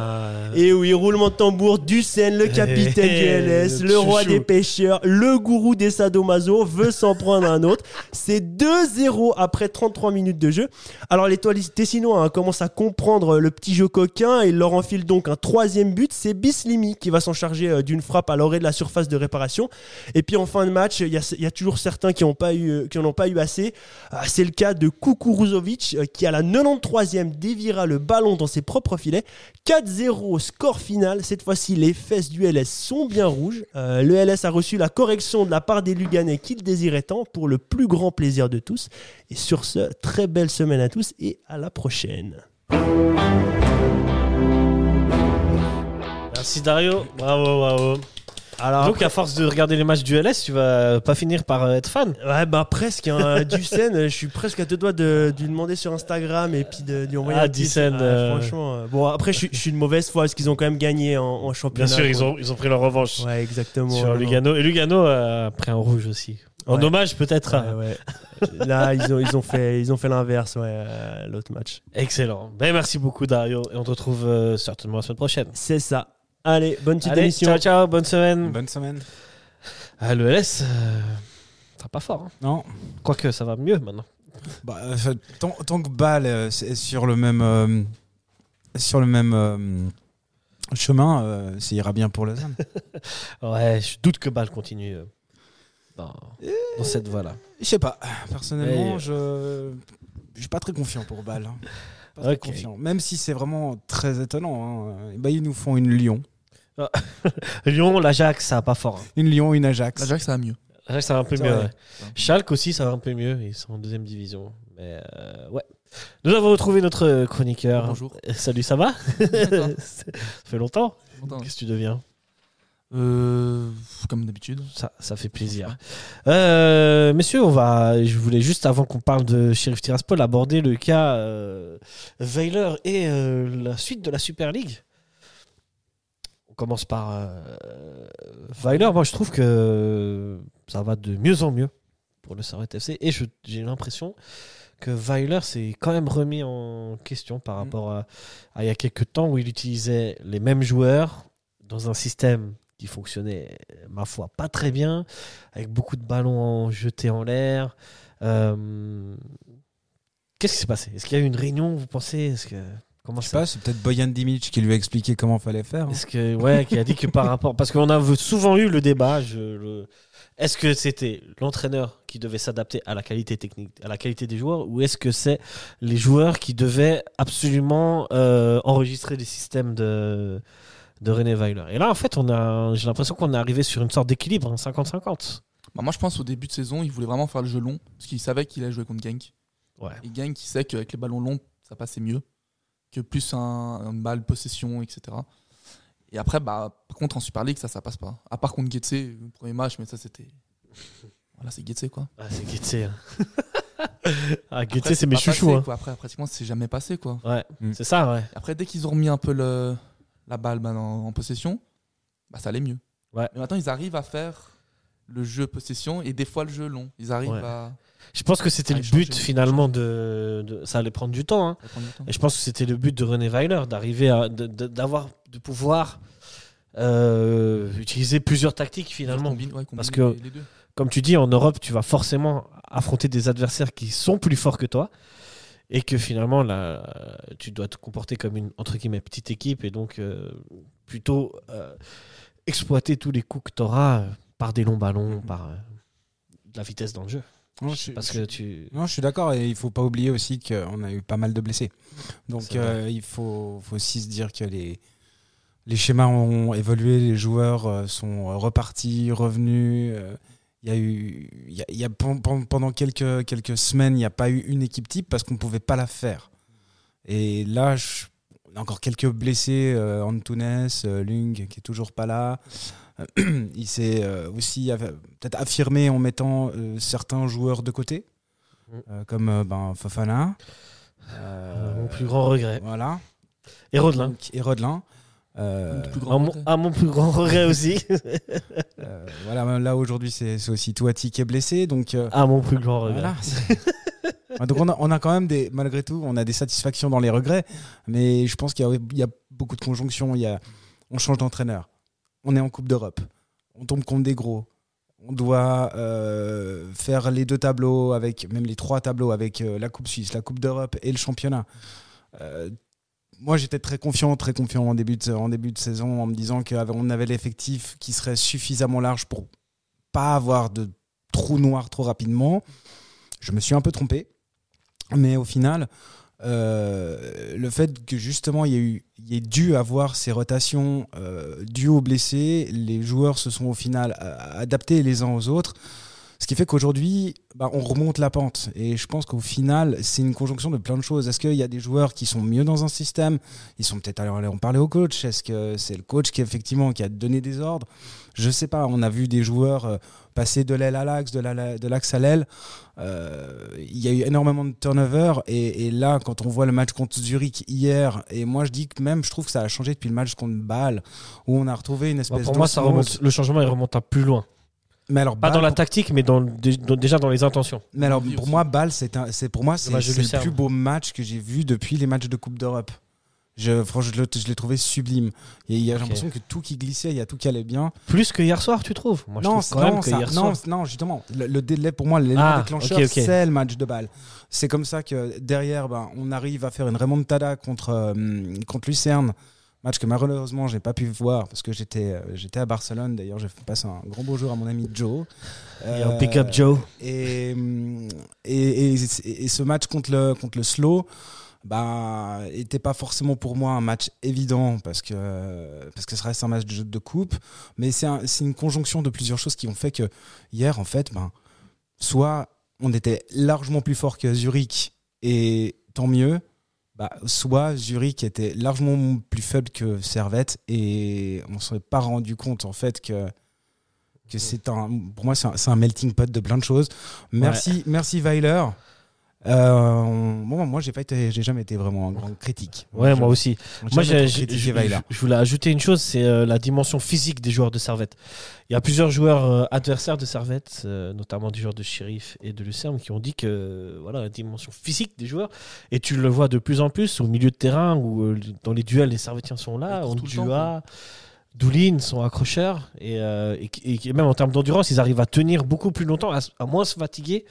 et Eh oui, roulement de tambour, Dussen, le capitaine Eh, du LS, le le roi chouchou. des pêcheurs, le gourou des sadomaso veut s'en prendre un autre. C'est 2-0 après 33 minutes de jeu. Alors les Toilis- Tessinois hein, commencent à comprendre le petit jeu coquin et leur enfile donc un troisième but. C'est Bislimi qui va s'en charger euh, d'une frappe à l'orée de la surface de réparation. Et puis en fin de match, il y a, il y a toujours certains qui n'en ont, pas eu- qui en ont pas eu assez. euh, Ah, C'est le cas de Kukuruzovic euh, qui à la 93e dévira le ballon dans ses propres propre filet. 4-0, score final. Cette fois-ci, les fesses du LS sont bien rouges. Euh, le LS a reçu la correction de la part des Luganais qu'il désirait tant pour le plus grand plaisir de tous. Et sur ce, très belle semaine à tous et à la prochaine. Merci Dario, bravo, bravo. Alors, Donc à force de regarder les matchs du LS, tu vas pas finir par euh, être fan. Ouais, bah presque. Hein. Dussen, euh, je suis presque à deux doigts de, de lui demander sur Instagram et puis de, de lui envoyer Ah, un petit- Dussen, euh, Franchement, euh, bon, après, je suis- je suis de mauvaise foi parce qu'ils ont quand même gagné en, en championnat. Bien sûr, ils quoi. ont, ils ont pris leur revanche Ouais, exactement. sur Non, non. Lugano. Et Lugano a pris un rouge aussi. En Ouais. hommage peut-être. à- Ouais, ouais. Là, ils ont, ils ont fait, ils ont fait l'inverse, ouais, euh, l'autre match. Excellent. Ben, merci beaucoup Dario et on te retrouve euh, certainement la semaine prochaine. C'est ça. Allez, bonne petite Allez, émission. ciao ciao, bonne semaine. Bonne semaine. Ah, le LS, euh, t'as pas fort. hein. Non. Quoique ça va mieux maintenant. Bah, euh, tant, tant que Bâle euh, c'est sur le même, euh, sur le même euh, chemin, euh, ça ira bien pour Lausanne. Ouais, je doute que Bâle continue euh, dans, dans cette voie-là. Je sais pas. Personnellement, Mais- euh, je je suis pas très confiant pour Bâle. hein. Pas Ok. très confiant. Même si c'est vraiment très étonnant. hein. Eh ben, ils nous font une Lyon. Lyon, l'Ajax, ça va pas fort. hein. Une Lyon, une Ajax. L'Ajax, ça va mieux. L'Ajax, ça va un peu C'est mieux. vrai. ouais. Schalke aussi, ça va un peu mieux. Ils sont en deuxième division. Mais euh, ouais. Nous avons retrouvé notre chroniqueur. Bonjour. Euh, Salut, ça va D'accord. Ça fait longtemps. Qu'est-ce que tu deviens Euh, comme d'habitude. ça, ça fait plaisir. Euh, messieurs, on va, je voulais juste, avant qu'on parle de Sheriff Tiraspol, aborder le cas euh, Weiler et euh, la suite de la Super League. On commence par euh, Weiler. Moi, je trouve que ça va de mieux en mieux pour le Servette FC. Et je- j'ai l'impression que Weiler s'est quand même remis en question par rapport à, à il y a quelques temps où il utilisait les mêmes joueurs dans un système qui fonctionnait, ma foi, pas très bien, avec beaucoup de ballons en- jetés en l'air. Euh, Qu'est-ce qui s'est passé Est-ce qu'il y a eu une réunion, vous pensez Est-ce que... Comment Je sais ça pas, c'est peut-être Boyan Dimic qui lui a expliqué comment fallait faire. hein. est-ce que ouais, qui a dit que par rapport parce qu'on a souvent eu le débat, je le- est-ce que c'était l'entraîneur qui devait s'adapter à la qualité technique, à la qualité des joueurs, ou est-ce que c'est les joueurs qui devaient absolument euh, enregistrer les systèmes de de René Weiler. Et là, en fait, on a, j'ai l'impression qu'on est arrivé sur une sorte d'équilibre, hein, 50-50. Bah, moi, je pense au début de saison, il voulait vraiment faire le jeu long parce qu'il savait qu'il allait jouer contre Genk. Ouais. Et Genk, il sait qu'avec les ballons longs, ça passait mieux que plus un, une balle possession, etc. Et après, bah, par contre, en Super League, ça, ça passe pas. À part contre Getse, le premier match, mais ça, c'était. Voilà, c'est Getse, quoi. Ah, c'est Guetté. hein. ah, Après, Guetté, c'est mes pas chouchous. passé, hein. quoi. Après, pratiquement, c'est jamais passé, quoi. Ouais, Mm. c'est ça, ouais. Et Après, dès qu'ils ont remis un peu le, la balle bah, en, en possession, bah, ça allait mieux. Ouais. Mais maintenant, ils arrivent à faire le jeu possession et des fois le jeu long. Ils arrivent Ouais. à, Je pense que c'était Ah, le il change, but il change. finalement de, de- ça allait prendre du temps. hein. à prendre du temps. Et je pense que c'était le but de René Weiler, d'arriver à de- de- d'avoir, de pouvoir euh, utiliser plusieurs tactiques finalement. Combine- ouais, combine Parce que- les- les deux. Comme tu dis, en Europe, tu vas forcément affronter des adversaires qui sont plus forts que toi. Et que finalement, là, euh, tu dois te comporter comme une entre guillemets, petite équipe et donc euh, plutôt euh, exploiter tous les coups que tu auras par des longs ballons, par euh, de la vitesse dans le jeu. Non, je, Parce je- que tu. non, je suis d'accord et il faut pas oublier aussi qu'on a eu pas mal de blessés. Donc C'est vrai. euh, il faut, faut aussi se dire que les, les schémas ont évolué, les joueurs euh, sont repartis, revenus. euh, Il y a eu, il y a- il y a pen- pen- pendant quelques, quelques semaines, il n'y a pas eu une équipe type parce qu'on ne pouvait pas la faire. Et là, je- on a encore quelques blessés, euh, Antunes, euh, Lung qui est toujours pas là. Euh, il s'est euh, aussi av- peut-être affirmé en mettant euh, certains joueurs de côté, Mm. euh, comme euh, ben, Fofana. euh, Euh, mon plus grand regret. Voilà. Et Rodelin. Donc, Et Rodelin. Euh, Le plus grand À mon, regret. à mon plus grand regret aussi. euh, voilà, là aujourd'hui c'est c'est aussi Toati qui est blessé, donc euh, à mon plus grand regret. Voilà. Ouais, Donc on a, on a quand même des, malgré tout, on a des satisfactions dans les regrets, mais je pense qu'il y, a- il y a beaucoup de conjonctions. Il y a, on change d'entraîneur, on est en Coupe d'Europe, on tombe contre des gros, on doit euh, faire les deux tableaux avec, même les trois tableaux avec euh, la Coupe Suisse, la Coupe d'Europe et le championnat. Euh, moi, j'étais très confiant, très confiant en début de, en début de saison, en me disant qu'on avait l'effectif qui serait suffisamment large pour pas avoir de trou noir trop rapidement. Je me suis un peu trompé, mais au final, euh, le fait que justement il y, a eu, il y ait dû avoir ces rotations euh, dues aux blessés, les joueurs se sont au final euh, adaptés les uns aux autres. Ce qui fait qu'aujourd'hui, bah, on remonte la pente. Et je pense qu'au final, c'est une conjonction de plein de choses. Est-ce qu'il y a des joueurs qui sont mieux dans un système Ils sont peut-être allés en parler au coach. Est-ce que c'est le coach qui, effectivement, qui a donné des ordres Je sais pas. On a vu des joueurs euh, passer de l'aile à l'axe, de la- de l'axe à l'aile. Euh, Il y a eu énormément de turnover. Et, et là, quand on voit le match contre Zurich hier, et moi, je dis que même, je trouve que ça a changé depuis le match contre Bâle, où on a retrouvé une espèce Bah, pour moi, ça remonte, d'osmose. le changement il remonte à plus loin. Mais alors, Pas Bâle, dans la pour- tactique, mais dans, dé- dans- déjà dans les intentions. Mais alors, Envie pour aussi. moi, Bâle, c'est un- c'est pour moi, c'est Dommage de c'est le Lucerne. plus beau match que j'ai vu depuis les matchs de Coupe d'Europe. Je, franchement, je le- je l'ai trouvé sublime. Et il y a Ok. j'ai l'impression que tout qui glissait, il y a tout qui allait bien. Plus que hier soir, tu trouves Moi, je non, trouve c'est- quand même non, que ça- hier non, soir. non, justement, le, le délai pour moi, l'élément Ah, déclencheur, ok, ok. c'est le match de Bâle. C'est comme ça que derrière, ben, on arrive à faire une remontada contre euh, contre Lucerne. Match que malheureusement j'ai pas pu voir parce que j'étais euh, j'étais à Barcelone d'ailleurs je passe un grand bonjour à mon ami Joe. Il y a un Euh, pick-up, Joe. et, hum, et, et- et ce match contre le, contre le slow bah, était pas forcément pour moi un match évident parce que, parce que ça reste un match de, de coupe. Mais c'est un- c'est une conjonction de plusieurs choses qui ont fait que hier, en fait, ben, soit on était largement plus fort que Zurich et tant mieux. Bah, soit Zurich était largement plus faible que Servette et on ne s'est pas rendu compte en fait que, Mm. que c'est un pour moi c'est un, c'est un melting pot de plein de choses. Merci merci Weiler. Euh, bon, moi j'ai pas été j'ai jamais été vraiment un grand critique. Ouais, Je- moi aussi. j'ai Moi, jamais j'ai- trop j'ai- critiqué je Weiler. je voulais ajouter une chose, c'est euh, la dimension physique des joueurs de Servette. Il y a plusieurs joueurs euh, adversaires de Servette, euh, notamment des joueurs de Shérif et de Lucerne, qui ont dit que euh, voilà la dimension physique des joueurs, et tu le vois de plus en plus au milieu de terrain, où euh, dans les duels, les Servetiens sont Ils là, courent tout le temps, Ondua, Doulin sont accrocheurs, et, euh, et qui- et qui- même en termes d'endurance, ils arrivent à tenir beaucoup plus longtemps, à, s- à moins se fatiguer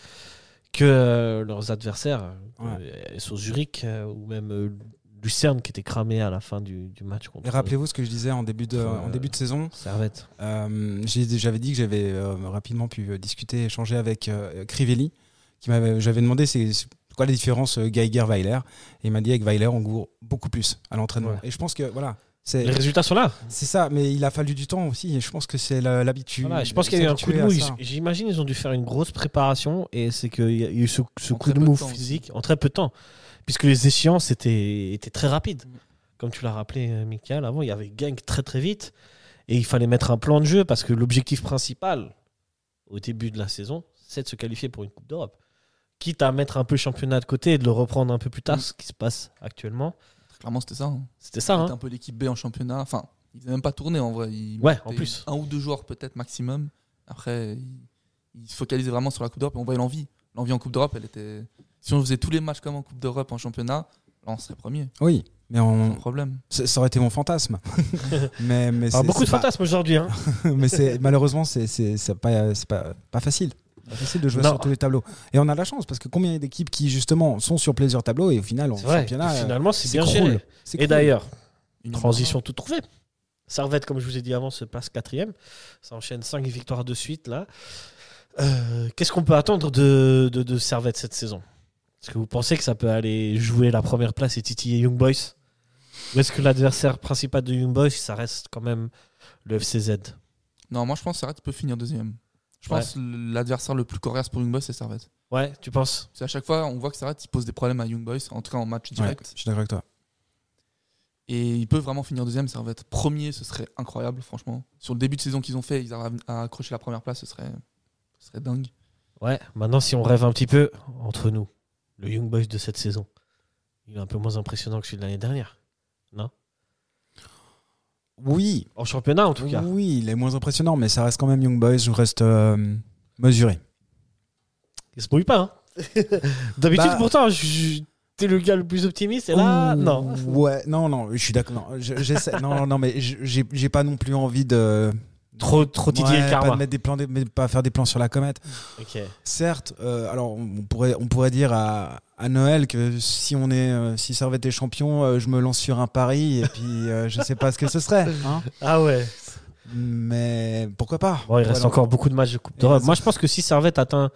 que euh, leurs adversaires, Ouais. euh, sur Zurich euh, ou même euh, Lucerne qui était cramé à la fin du, du match contre Et Rappelez-vous ce que je disais en début de, en début de saison. Servette. Euh, j'ai- j'avais dit que j'avais euh, rapidement pu euh, discuter, échanger avec euh, Crivelli, qui m'avait, j'avais demandé c'est c'est quoi la différence euh, Geiger-Weiler, et il m'a dit avec Weiler on court beaucoup plus à l'entraînement. Ouais. Et je pense que voilà, Les c'est, résultats sont là. c'est ça, mais il a fallu du temps aussi. Et je pense que c'est la- l'habitude. Voilà, je pense qu'il y a eu un coup de mou. Ils- J'imagine ils ont dû faire une grosse préparation et c'est qu'il y a eu ce, ce En coup très de peu mou de temps. physique en très peu de temps, puisque les échéances étaient, étaient très rapides. Mm. Comme tu l'as rappelé, euh, Michael, avant, il y avait gang très très vite et il fallait mettre un plan de jeu parce que l'objectif principal au début de la saison, c'est de se qualifier pour une Coupe d'Europe. Quitte à mettre un peu le championnat de côté et de le reprendre un peu plus tard, Mm. ce qui se passe actuellement. Clairement, c'était ça. hein. C'était ça, C'était hein un peu l'équipe B en championnat. Enfin, ils n'avaient même pas tourné en vrai. Ils Ouais, en mettaient plus. Un ou deux joueurs peut-être maximum. Après, ils, ils se focalisaient vraiment sur la Coupe d'Europe et on voyait l'envie. L'envie en Coupe d'Europe, elle était. Si on faisait tous les matchs comme en Coupe d'Europe en championnat, là, on serait premier. Oui, mais Sans Mm. on, problème. ça ça aurait été mon fantasme. mais, mais Alors, c'est- Ah, beaucoup de c'est pas- Ah, fantasmes aujourd'hui. hein. mais c'est malheureusement c'est c'est c'est pas c'est pas pas facile Pas facile de jouer Non. sur tous les tableaux et on a de la chance parce que combien il y a d'équipes qui justement sont sur plusieurs tableaux et au final en C'est vrai. championnat euh, Finalement, c'est c'est bien cruel. géré. c'est Et cool. d'ailleurs, Une transition toute trouvée. Servette, comme je vous ai dit avant, se place quatrième. Ça enchaîne cinq victoires de suite là. Euh, Qu'est-ce qu'on peut attendre de, de, de Servette cette saison Est-ce que vous pensez que ça peut aller jouer la première place et titiller Young Boys Ou est-ce que l'adversaire principal de Young Boys, ça reste quand même le FCZ Non, moi je pense que Servette peut finir deuxième. Je Ouais. pense que l'adversaire le plus coriace pour Young Boys, c'est Servette. Ouais, tu penses Parce qu'à chaque fois, on voit que Servette, il pose des problèmes à Young Boys, en tout cas en match Ouais, direct. je suis d'accord avec toi Et il peut vraiment finir deuxième, Servette. Premier, ce serait incroyable, franchement. Sur le début de saison qu'ils ont fait, ils arrivent à accrocher la première place, ce serait, ce serait dingue. Ouais, maintenant si on rêve un petit peu, entre nous, le Young Boys de cette saison, il est un peu moins impressionnant que celui de l'année dernière. oui En championnat en Mmh. tout cas. oui il est moins impressionnant mais ça reste quand même Young Boys je reste euh, mesuré Il se mouille pas. hein. D'habitude, Bah- Mmh. pourtant, je- je- t'es le gars le plus optimiste. Et là, Ouh, non. ouais non non je suis d'accord non, je- j'essaie- non non non mais je- j'ai j'ai pas non plus envie de Trop, trop titiller Ouais, le pas de karma. mettre des plans mais pas faire des plans sur la comète Ok. Certes, euh, alors on pourrait, on pourrait dire à, à Noël que si on est, euh, si Servette est champion, euh, je me lance sur un pari et puis euh, je sais pas ce que ce serait. hein. Ah ouais. Mais pourquoi pas Bon, il reste Voilà. encore beaucoup de matchs de Coupe d'Europe. reste- Moi, je pense que si Servette atteint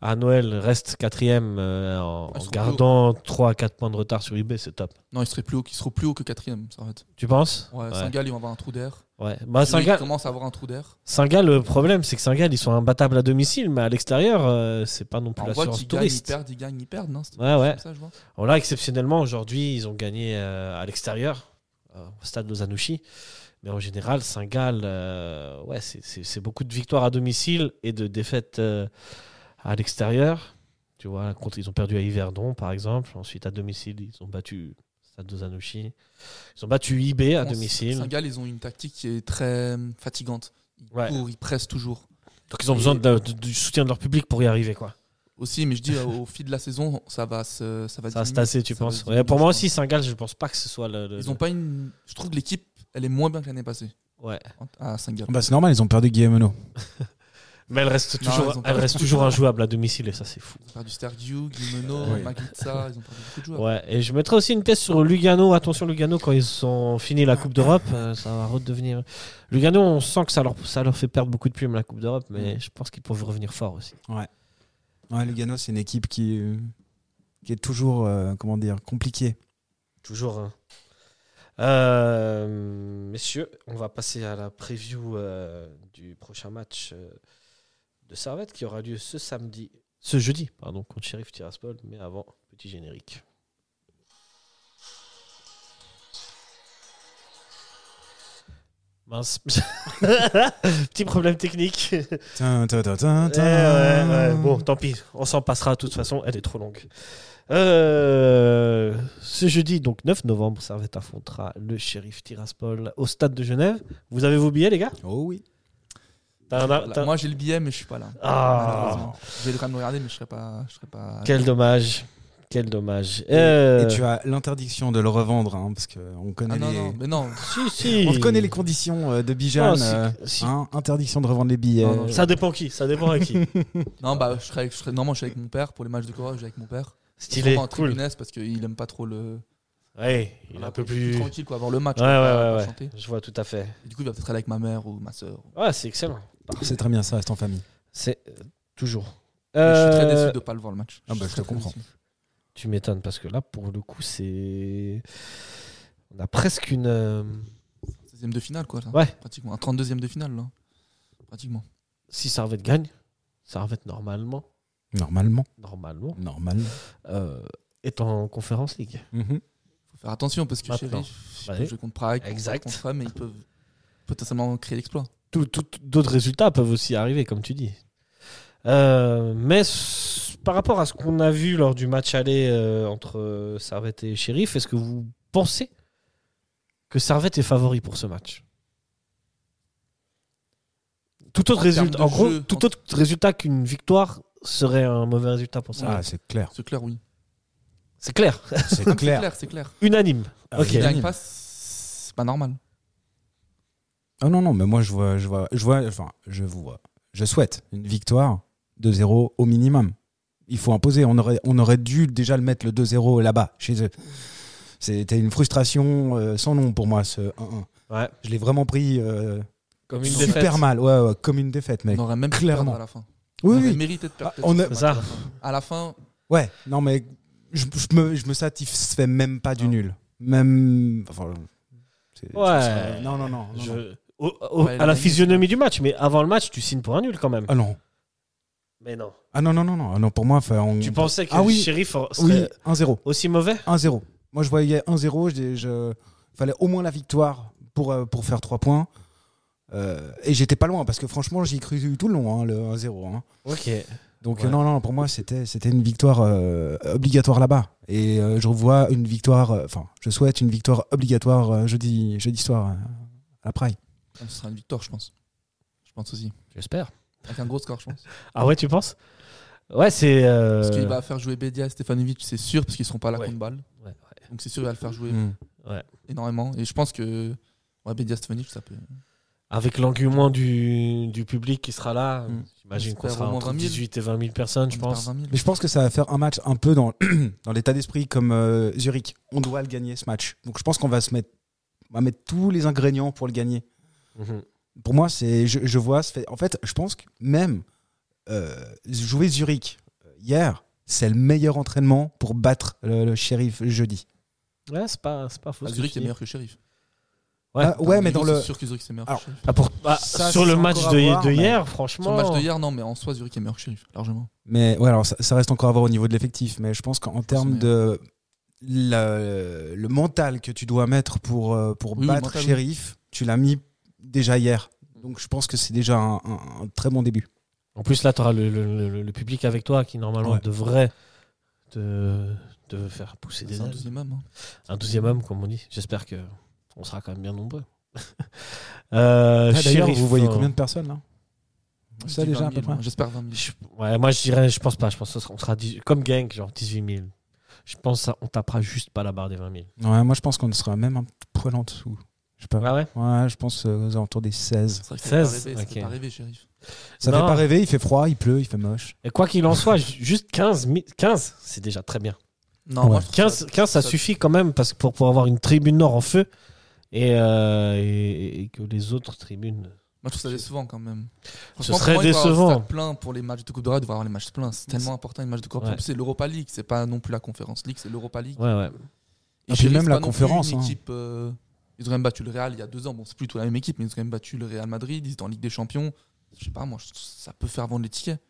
à Noël, reste quatrième euh, en, Ils en seront gardant 3 à 4 points de retard sur IB, c'est top. Non, ils seraient plus haut, ils seront plus haut que quatrième, ça va être. Tu penses Ouais, Ouais. Saint-Gall, ils vont avoir un trou d'air. Ouais. Bah, Saint-Gall Saint-Gall, commence à avoir un trou d'air. Saint-Gall, le problème, c'est que Saint-Gall, ils sont imbattables à domicile, mais à l'extérieur, euh, c'est pas non plus On voit l'assurance qu'ils gagnent, ils touriste. perdent, ils gagnent, ils perdent. Non, c'est ouais, ouais. comme ça, je vois. Alors là, exceptionnellement, aujourd'hui, ils ont gagné euh, à l'extérieur, euh, au stade Lozanouchi. Mais en général, Saint-Gall, euh, ouais, c'est- c'est c'est beaucoup de victoires à domicile et de défaites euh, à l'extérieur. Tu vois, contre, ils ont perdu à Yverdon, par exemple. Ensuite, à domicile, ils ont battu stade Lozanouchi. Ils ont battu IB à Bon, domicile. Saint-Gall, ils ont une tactique qui est très euh, fatigante. Ils Ouais. courent, ils pressent toujours. Donc, ils ont besoin de- de- du soutien de leur public pour y arriver, quoi. Aussi, mais je dis, euh, au fil de la saison, ça va se, ça va Ça va se diminuer, tasser, tu ça va penses se Ouais, diminuer, Pour moi je aussi, Saint-Gall, je pense pas que ce soit le. le- pense. Ils ont pas une. Je trouve que l'équipe, elle est moins bien que l'année passée Ouais. en- à Saint-Gall. Bah, c'est normal, ils ont perdu Guillemeno. Mais elle reste Non, toujours, ils ont pas- elle reste toujours injouable à domicile et ça, c'est fou. Ils ont perdu Stergiou, Guimeno, Oui. Maglitsa, ils ont perdu beaucoup de joueurs. Ouais, et je mettrai aussi une pièce sur Lugano. Attention, Lugano, quand ils ont fini la Coupe d'Europe, euh, ça va redevenir. Lugano, on sent que ça leur, ça leur fait perdre beaucoup de plumes la Coupe d'Europe, Mm. mais je pense qu'ils peuvent revenir fort aussi. Ouais, Lugano, c'est une équipe qui, euh, qui est toujours, euh, comment dire, compliquée. Toujours. hein. Euh, messieurs, on va passer à la preview euh, du prochain match euh, de Servette qui aura lieu ce samedi, ce jeudi, pardon, contre Sheriff Tiraspol, mais avant, petit générique. Mince. Petit problème technique. Tin, tin, tin, tin, Eh tin. ouais, Ah. ouais, Bon, tant pis, on s'en passera de toute façon, elle est trop longue. Euh, ce jeudi, donc 9 novembre, Servette affrontera le shérif Tiraspol au stade de Genève. Vous avez vos billets, les gars Oh oui. T'as un- Voilà. t'as- Moi, j'ai le billet, mais je suis pas là. Ah, malheureusement. Je vais quand même le regarder, mais je serai pas. Je serai pas... Quel dommage. Quel dommage. Et, Euh, et tu as l'interdiction de le revendre, hein, parce qu'on connaît Ah non, les... non, mais non. si, si. On connaît les conditions euh, de Bijan. Oh, si- euh, si. hein, interdiction de revendre les billets. Non, non, je- Ça dépend qui, ça dépend à qui. Non, bah, je serai, avec- je serai- normalement, je suis avec mon père pour les matchs de Cora, je suis avec mon père. Il Stylé, est en cool. tribunesse parce qu'il aime pas trop le. Ouais, il est Voilà, un peu pour être plus. Ouais, Tranquille, quoi, avoir le match. ouais, quoi, pas- ouais, pas ouais. chanter. Je vois tout à fait. Et du coup, il va peut-être aller avec ma mère ou ma soeur. Ouais, c'est excellent. C'est très bien, ça reste en famille. C'est euh, toujours. Je suis très Euh, déçu de ne pas le voir le match. Ah bah, suis je très, te très comprends. déçu. Tu m'étonnes parce que là, pour le coup, c'est. On a presque une. euh, 16e de finale, quoi. là. Ouais. Pratiquement. Un 32e de finale, là. Pratiquement. Si Servette gagne, Servette normalement, Normalement. normalement, Normalement. euh, est en Conférence League. faut faire attention parce que Maintenant. Sheriff, Ouais. je joue contre Prague, Exact. exact. contre Rome, mais ils peuvent potentiellement créer l'exploit. Tout- tout- tout- D'autres résultats peuvent aussi arriver, comme tu dis. Euh, mais s- par rapport à ce qu'on a vu lors du match aller euh, entre euh, Servette et Shérif, est-ce que vous pensez que Servette est favori pour ce match tout autre, En termes résultat, de en gros, jeu, tout en- autre résultat qu'une victoire serait un mauvais résultat pour Servette. Ah, c'est clair. C'est clair, oui. C'est clair, C'est Ah, mais C'est clair. clair, c'est clair. unanime. Ah, Ok. S'ils unanime. gagnent pas, c'est pas normal. Ah non, non, mais moi, je vois, je vois, je vois, enfin, je vous vois. Je souhaite une victoire de 0 au minimum. Il faut imposer. On aurait, on aurait dû déjà le mettre le 2-0 là-bas, chez eux. C'était une frustration euh, sans nom pour moi, ce 1-1. Ouais. Je l'ai vraiment pris euh, Comme super mal. Ouais, ouais, comme une défaite, mec. on aurait même pu clairement. perdre à la fin. oui, on aurait oui. mérité de perdre. Ah, on a- peut-être ce C'est match ça. à la fin. À la fin, Ouais, non, mais je, je me, je me satisfais même pas du nul. Même. Enfin, c'est- Ouais. ce serait- non, non, non. non, non. Je- au- au- Ouais, il à a la gagné. physionomie du match, mais avant le match, tu signes pour un nul quand même. Ah non. Mais non. Ah non, non, non, non. non pour moi, enfin, on... Tu pensais que Ah oui. le shérif or- Oui, serait 1-0. aussi mauvais 1-0. Moi, je voyais 1-0. Je, je- fallait au moins la victoire pour, euh, pour faire 3 points. Euh, et j'étais pas loin parce que franchement, j'y ai cru tout le long, hein, le 1-0. hein. Ok. Donc, Ouais. euh, non, non, pour moi, c'était c'était une victoire euh, obligatoire là-bas. Et euh, je revois une victoire, euh, enfin, je souhaite une victoire obligatoire euh, jeudi, jeudi soir euh, à Prague. ce sera une victoire, je pense. Je pense aussi. J'espère. Avec un gros score, je pense. Ah ouais, tu penses Ouais, c'est. euh, Parce qu'il va faire jouer Bedia et Stefanovic, c'est sûr, parce qu'ils seront pas là Ouais. contre balle. Ouais, ouais. Donc c'est sûr, il va le faire jouer Mm. énormément. Et je pense que ouais, Bedia Stefanovic, ça peut. Avec l'engouement du, du public qui sera là, Mm. j'imagine qu'on J'espère sera au moins entre 20 000. 18 et 20 000 personnes, je pense. Mais je pense que ça va faire un match un peu dans, dans l'état d'esprit comme euh, Zurich. On doit le gagner ce match. Donc je pense qu'on va se mettre, on va mettre tous les ingrédients pour le gagner. Mhm. Pour moi, c'est, je, je vois. ça fait- En fait, je pense que même euh, jouer Zurich euh, hier, c'est le meilleur entraînement pour battre le, le shérif jeudi. Ouais, c'est pas, c'est pas faux. Ah, ce que Zurich tu est dis. meilleur que Shérif. Ouais, Ah, ouais mais Niveau, dans le. C'est sûr que Zurich c'est meilleur Alors, que Sheriff. Ah, pour- bah, Ça, sur c'est le match encore à de, voir, de mais- hier, Sur franchement. le match de hier, non, mais en soi, Zurich est meilleur que Sheriff, largement. Mais ouais, alors ça, ça reste encore à voir au niveau de l'effectif. Mais je pense qu'en termes mais- de la- le mental que tu dois mettre pour, euh, pour Oui, oui, battre mental, oui. Shérif, tu l'as mis déjà hier. Mm. Donc je pense que c'est déjà un, un- un très bon début. En plus, là, tu auras le, le- le- le public avec toi qui, normalement, Ouais. devrait te, te faire pousser C'est des un ailes. deuxième homme. hein. Un douzième homme, comme on dit. J'espère que on sera quand même bien nombreux. Euh, Ah, D'ailleurs, Sheriff, vous voyez euh, combien de personnes là Ça, Je dis déjà, à 20 peu 000, près. hein. J'espère 20 000. je- ouais, Moi, je dirais, je pense pas. Je pense qu'on sera dix- comme gang, genre 18 000. Je pense qu'on tapera juste pas la barre des 20 000. Ouais, moi je pense qu'on sera même un poil en dessous. Je sais pas. Ah ouais Ouais, je pense euh, aux alentours des 16. C'est vrai que 16, ça ne fait ok. pas rêver, Sheriff. Ça Non. fait pas rêver, il fait froid, il pleut, il fait moche. Et quoi qu'il en soit, ju- juste 15, mi- 15 c'est déjà très bien. Non, Ouais. moi, je trouve 15, ça- 15 ça ça- suffit quand même parce que pour, pour avoir une tribune nord en feu et, euh, et- et que les autres tribunes. Moi, je trouve ça décevant quand même. Ce Franchement, serait pour moi, il doit y avoir décevant. un stade plein pour les matchs de Coupe de Roi, il doit y avoir les matchs pleins. C'est tellement important, les matchs de Coupe. En Ouais. plus, C'est l'Europa League, c'est pas non plus la Conférence League, c'est l'Europa League. Ouais, ouais. Et Ah, puis Sheriff, même c'est la pas non plus conférence, une hein. équipe, euh, Ils ont quand même battu le Real il y a deux ans. Bon, c'est plutôt la même équipe, mais ils ont quand même battu le Real Madrid. Ils étaient en Ligue des Champions. Je sais pas, moi, je- ça peut faire vendre les tickets.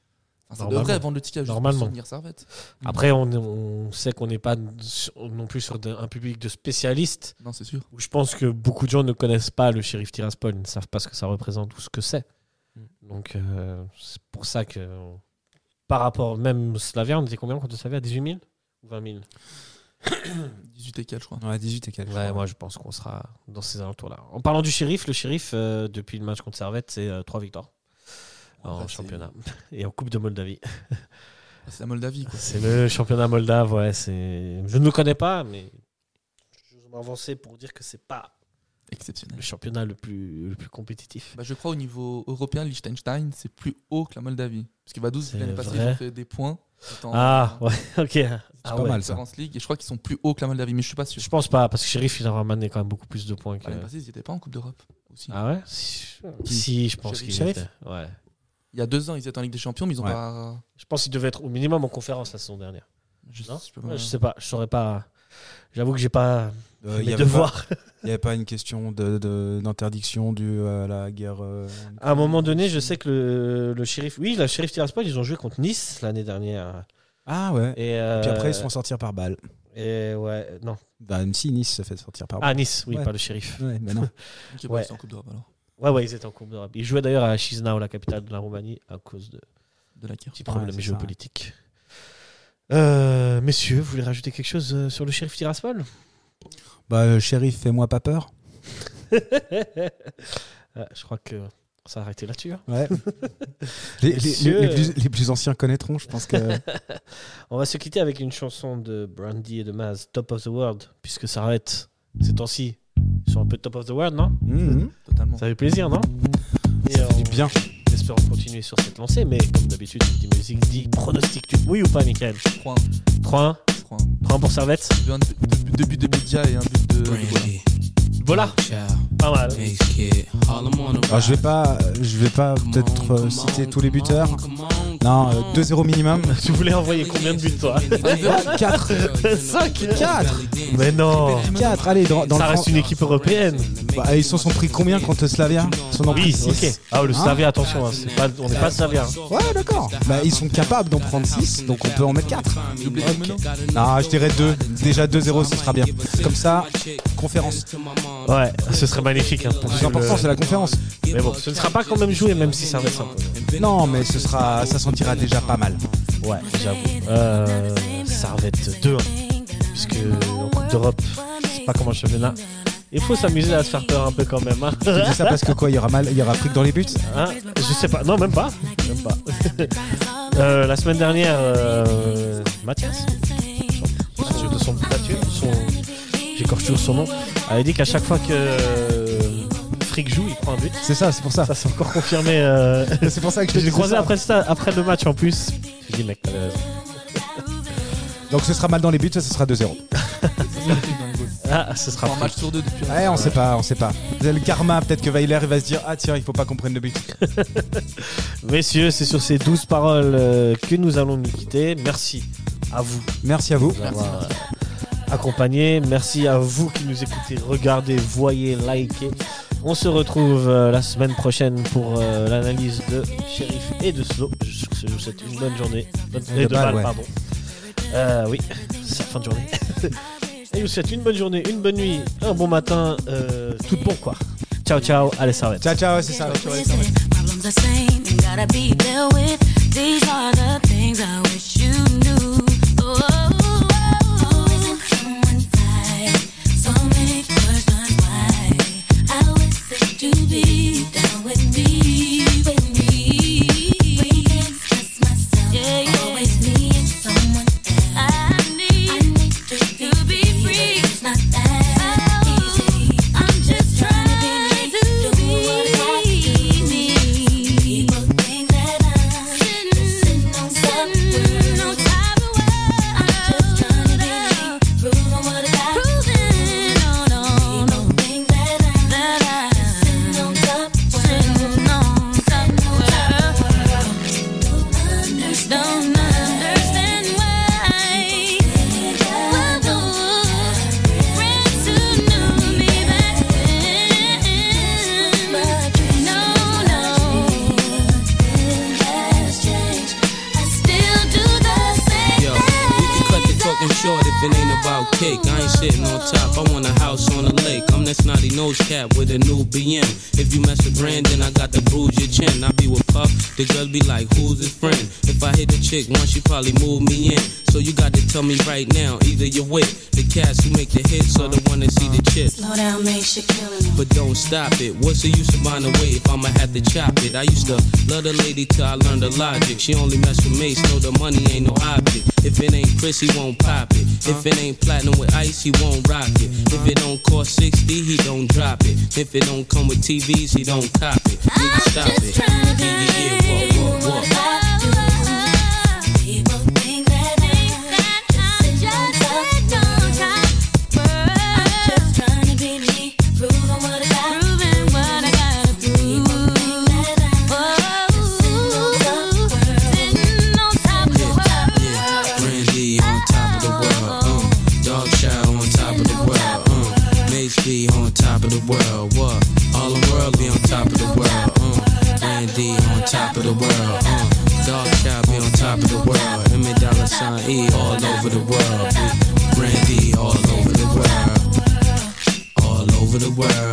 Enfin, ça Normalement. devrait vendre le ticket juste Normalement. pour soutenir Servette. Après, on, on sait qu'on n'est pas sur- non plus sur de- un public de spécialistes Non, c'est sûr. où je pense que beaucoup de gens ne connaissent pas le shérif Tiraspol, ils ne savent pas ce que ça représente ou ce que c'est. Mm. Donc, euh, c'est pour ça que par rapport même Slavia, on était combien quand on Slavia 18 000 ou 20 000 18 et 4, je crois. Ouais, 18 et 4. Ouais, moi je pense qu'on sera dans ces alentours-là. En parlant du shérif, le shérif, euh, depuis le match contre Servette, c'est 3 victoires en Ah, Après, c'est- championnat et en Coupe de Moldavie. Ah, C'est la Moldavie, quoi. C'est le championnat moldave, ouais. c'est- Je ne le connais pas, mais je vais m'avancer pour dire que c'est pas Exceptionnel. le championnat le plus, le plus compétitif. Bah, je crois au niveau européen, Liechtenstein, c'est plus haut que la Moldavie. Parce que Vaduz, C'est l'année passée, ils vrai. ont fait des points. Ils étaient en- Ah, en ouais, ok. Ah pas ouais. mal. ça. Conference League, et je crois qu'ils sont plus hauts que la Moldavie, mais je suis pas sûr. Je pense pas, parce que Sheriff, il a ramené quand même beaucoup plus de points que. Ah, Bah, L'année passée, ils n'étaient pas en Coupe d'Europe aussi. Ah ouais Si, si, je pense Sheriff. qu'il Sheriff était. Ouais. Il y a deux ans, ils étaient en Ligue des Champions, mais ils ont Ouais. pas. Je pense qu'il devait être au minimum en conférence la saison dernière. Je, Non je peux Ouais, pas- Je sais pas, je saurais pas. J'avoue que j'ai pas mes Euh, Il y avait pas- devoirs. il y avait pas une question de- de- d'interdiction due à la guerre. euh, À un moment donné, je sais que le, le shérif. Oui, la shérif Tiraspol, ils ont joué contre Nice l'année dernière. Ah ouais. Et, Et puis après, ils euh, se font sortir par balle. Et ouais, non. Bah, même si Nice se fait sortir par Ah, balle. Nice, oui, Ouais. pas le shérif. Ouais, mais non. Ok, bah, Ouais. c'est en Coupe d'Europe alors. Ouais, ouais, ils étaient en Coupe d'Europe. Ils jouaient d'ailleurs à Chisinau, la capitale de la Roumanie, à cause de De la guerre. petits Ouais, problèmes c'est ça, géopolitiques. Euh, messieurs, vous voulez rajouter quelque chose euh, sur le shérif Tiraspol bah, euh, shérif, fais-moi pas peur. Ah, Je crois que ça a arrêté là-dessus. hein. Ouais. les, les- Messieurs, les- les plus, les plus anciens connaîtront, je pense que. On va se quitter avec une chanson de Brandy et de Maz, Top of the World, puisque ça arrête ces temps-ci. Ils sont un peu top of the world, non Mhm. Totalement. Ça fait plaisir, non Et Ça fait on- du bien. J'espère continuer sur cette lancée, mais comme d'habitude, je dis musique, dit pronostic. Tu... Oui ou pas, Michael 3 3-1, 3 3-1 pour Servette. Un début de Bédia et un but de. de Bola. Voilà, pas mal. Ah, Alors, je vais pas, je vais pas peut-être euh, citer tous les buteurs. Non, euh, 2-0 minimum. Tu voulais envoyer combien de buts, toi 4 5 4 Mais non 4 Allez, dans, dans Ça le reste Fran- une équipe européenne. Bah, ils se sont pris combien contre Slavia Ils sont en Oui, pris ok. six. Ah, le Hein Slavia, attention, hein, c'est pas- on n'est pas Slavia. hein. Ouais, d'accord. Bah, ils sont capables d'en prendre 6, donc on peut en mettre 4. Doublé de Menot. Non, je dirais 2. Déjà 2-0, ce sera bien. Comme ça, conférence. Ouais, ce serait magnifique. hein, pour Le plus suivre important, le- c'est la conférence. Mais bon, ce ne sera pas quand même joué, même si Servette s'impose. Non, mais ce sera, ça sentira déjà pas mal. Ouais, j'avoue. Euh, Servette 2 puisque en Coupe d'Europe, c'est pas comme un championnat. Il faut s'amuser à se faire peur un peu quand même. hein. Tu dis ça parce que quoi Il y aura mal, il y aura fric dans les buts Hein je sais pas, non, même pas. Même pas. Euh, la semaine dernière, euh, Mathias, de son Mathieu, de son, j'écorche toujours son nom, avait dit qu'à chaque fois que euh, Frick joue, il prend un but. C'est ça, c'est pour ça. Ça, c'est encore confirmé. euh, C'est pour ça que je je l'ai te croisé croisé après, ça, après le match en plus. J'ai dit, mec, t'avais raison. Donc ce sera mal dans les buts, ça, ce sera 2-0. C'est ça, le truc dans les goals. Ah, ce sera un match sur deux depuis. Ouais, on sait pas, on sait pas. Vous avez le karma, peut-être que Weiler il va se dire Ah tiens, il faut pas qu'on prenne de but. Messieurs, c'est sur ces douze paroles euh, que nous allons nous quitter. Merci à vous Merci à vous. nous avoir, euh, accompagnés. Merci à vous qui nous écoutez, regardez, voyez, likez. On se retrouve euh, la semaine prochaine pour euh, l'analyse de Sheriff et de Slow. Je je vous souhaite une bonne journée. Bonne- Et et de de balle, balle, ouais. pardon. Euh, oui, c'est la fin de journée. et je vous souhaite une bonne journée, une bonne nuit, un bon matin, euh, tout bon quoi. Ciao, ciao, allez, ça va Ciao, ciao, c'est ça. Problems are same and gotta be dealt with. These are the things I wish you knew. Oh, oh, oh. someone fight? So many questions why? I wish that you'd be down with me, with me. just myself. Yeah, yeah. Always me and someone else. I need, I need to, be, free. It's not that easy. I'm just trying to be me. To do what I like to do. People think that I'm sitting on something. No type of way. I'm just trying to be me. Proving what I got. Proving, no, no, no. People think that I'm that I'm sitting on top. Sitting on top world. Don't understand why. Friends who knew me back then. No, I still do the same Yo, we can cut the talking short if it ain't about cake. I ain't sitting on top. I want a house on a lake. I'm that snotty nose cat with a new BM. If you mess with Brandon, I got to bruise your chin. I be with Puff. The girls be like, who's his friend? If I hit a chick once, she probably move me in. So you got to tell me right now, either you're with the cats who make the hits or the one that see the chips. Slow down, make sure killing But don't stop it. What's the use of buying away if I'ma have to chop it? I used to love the lady till I learned the logic. She only mess with me, so the money ain't no object. If it ain't Chris, he won't pop it. If it ain't platinum with ice, he won't rock it. If it don't cost 60, he don't drop it. If it don't come with TVs, he don't cop it. Nigga, stop it. Yeah, yeah, walk, walk, walk. Brandy on top of the world, uh. Dog Chow on top of the world, uh. Mace B on top of the world, what? All the world be on top of the world, uh. Brandy on top of the world, uh. Dog Chow be on top of the world. M and Dollar Sign E all over the uh. world. Brandy all over the world. All over the world.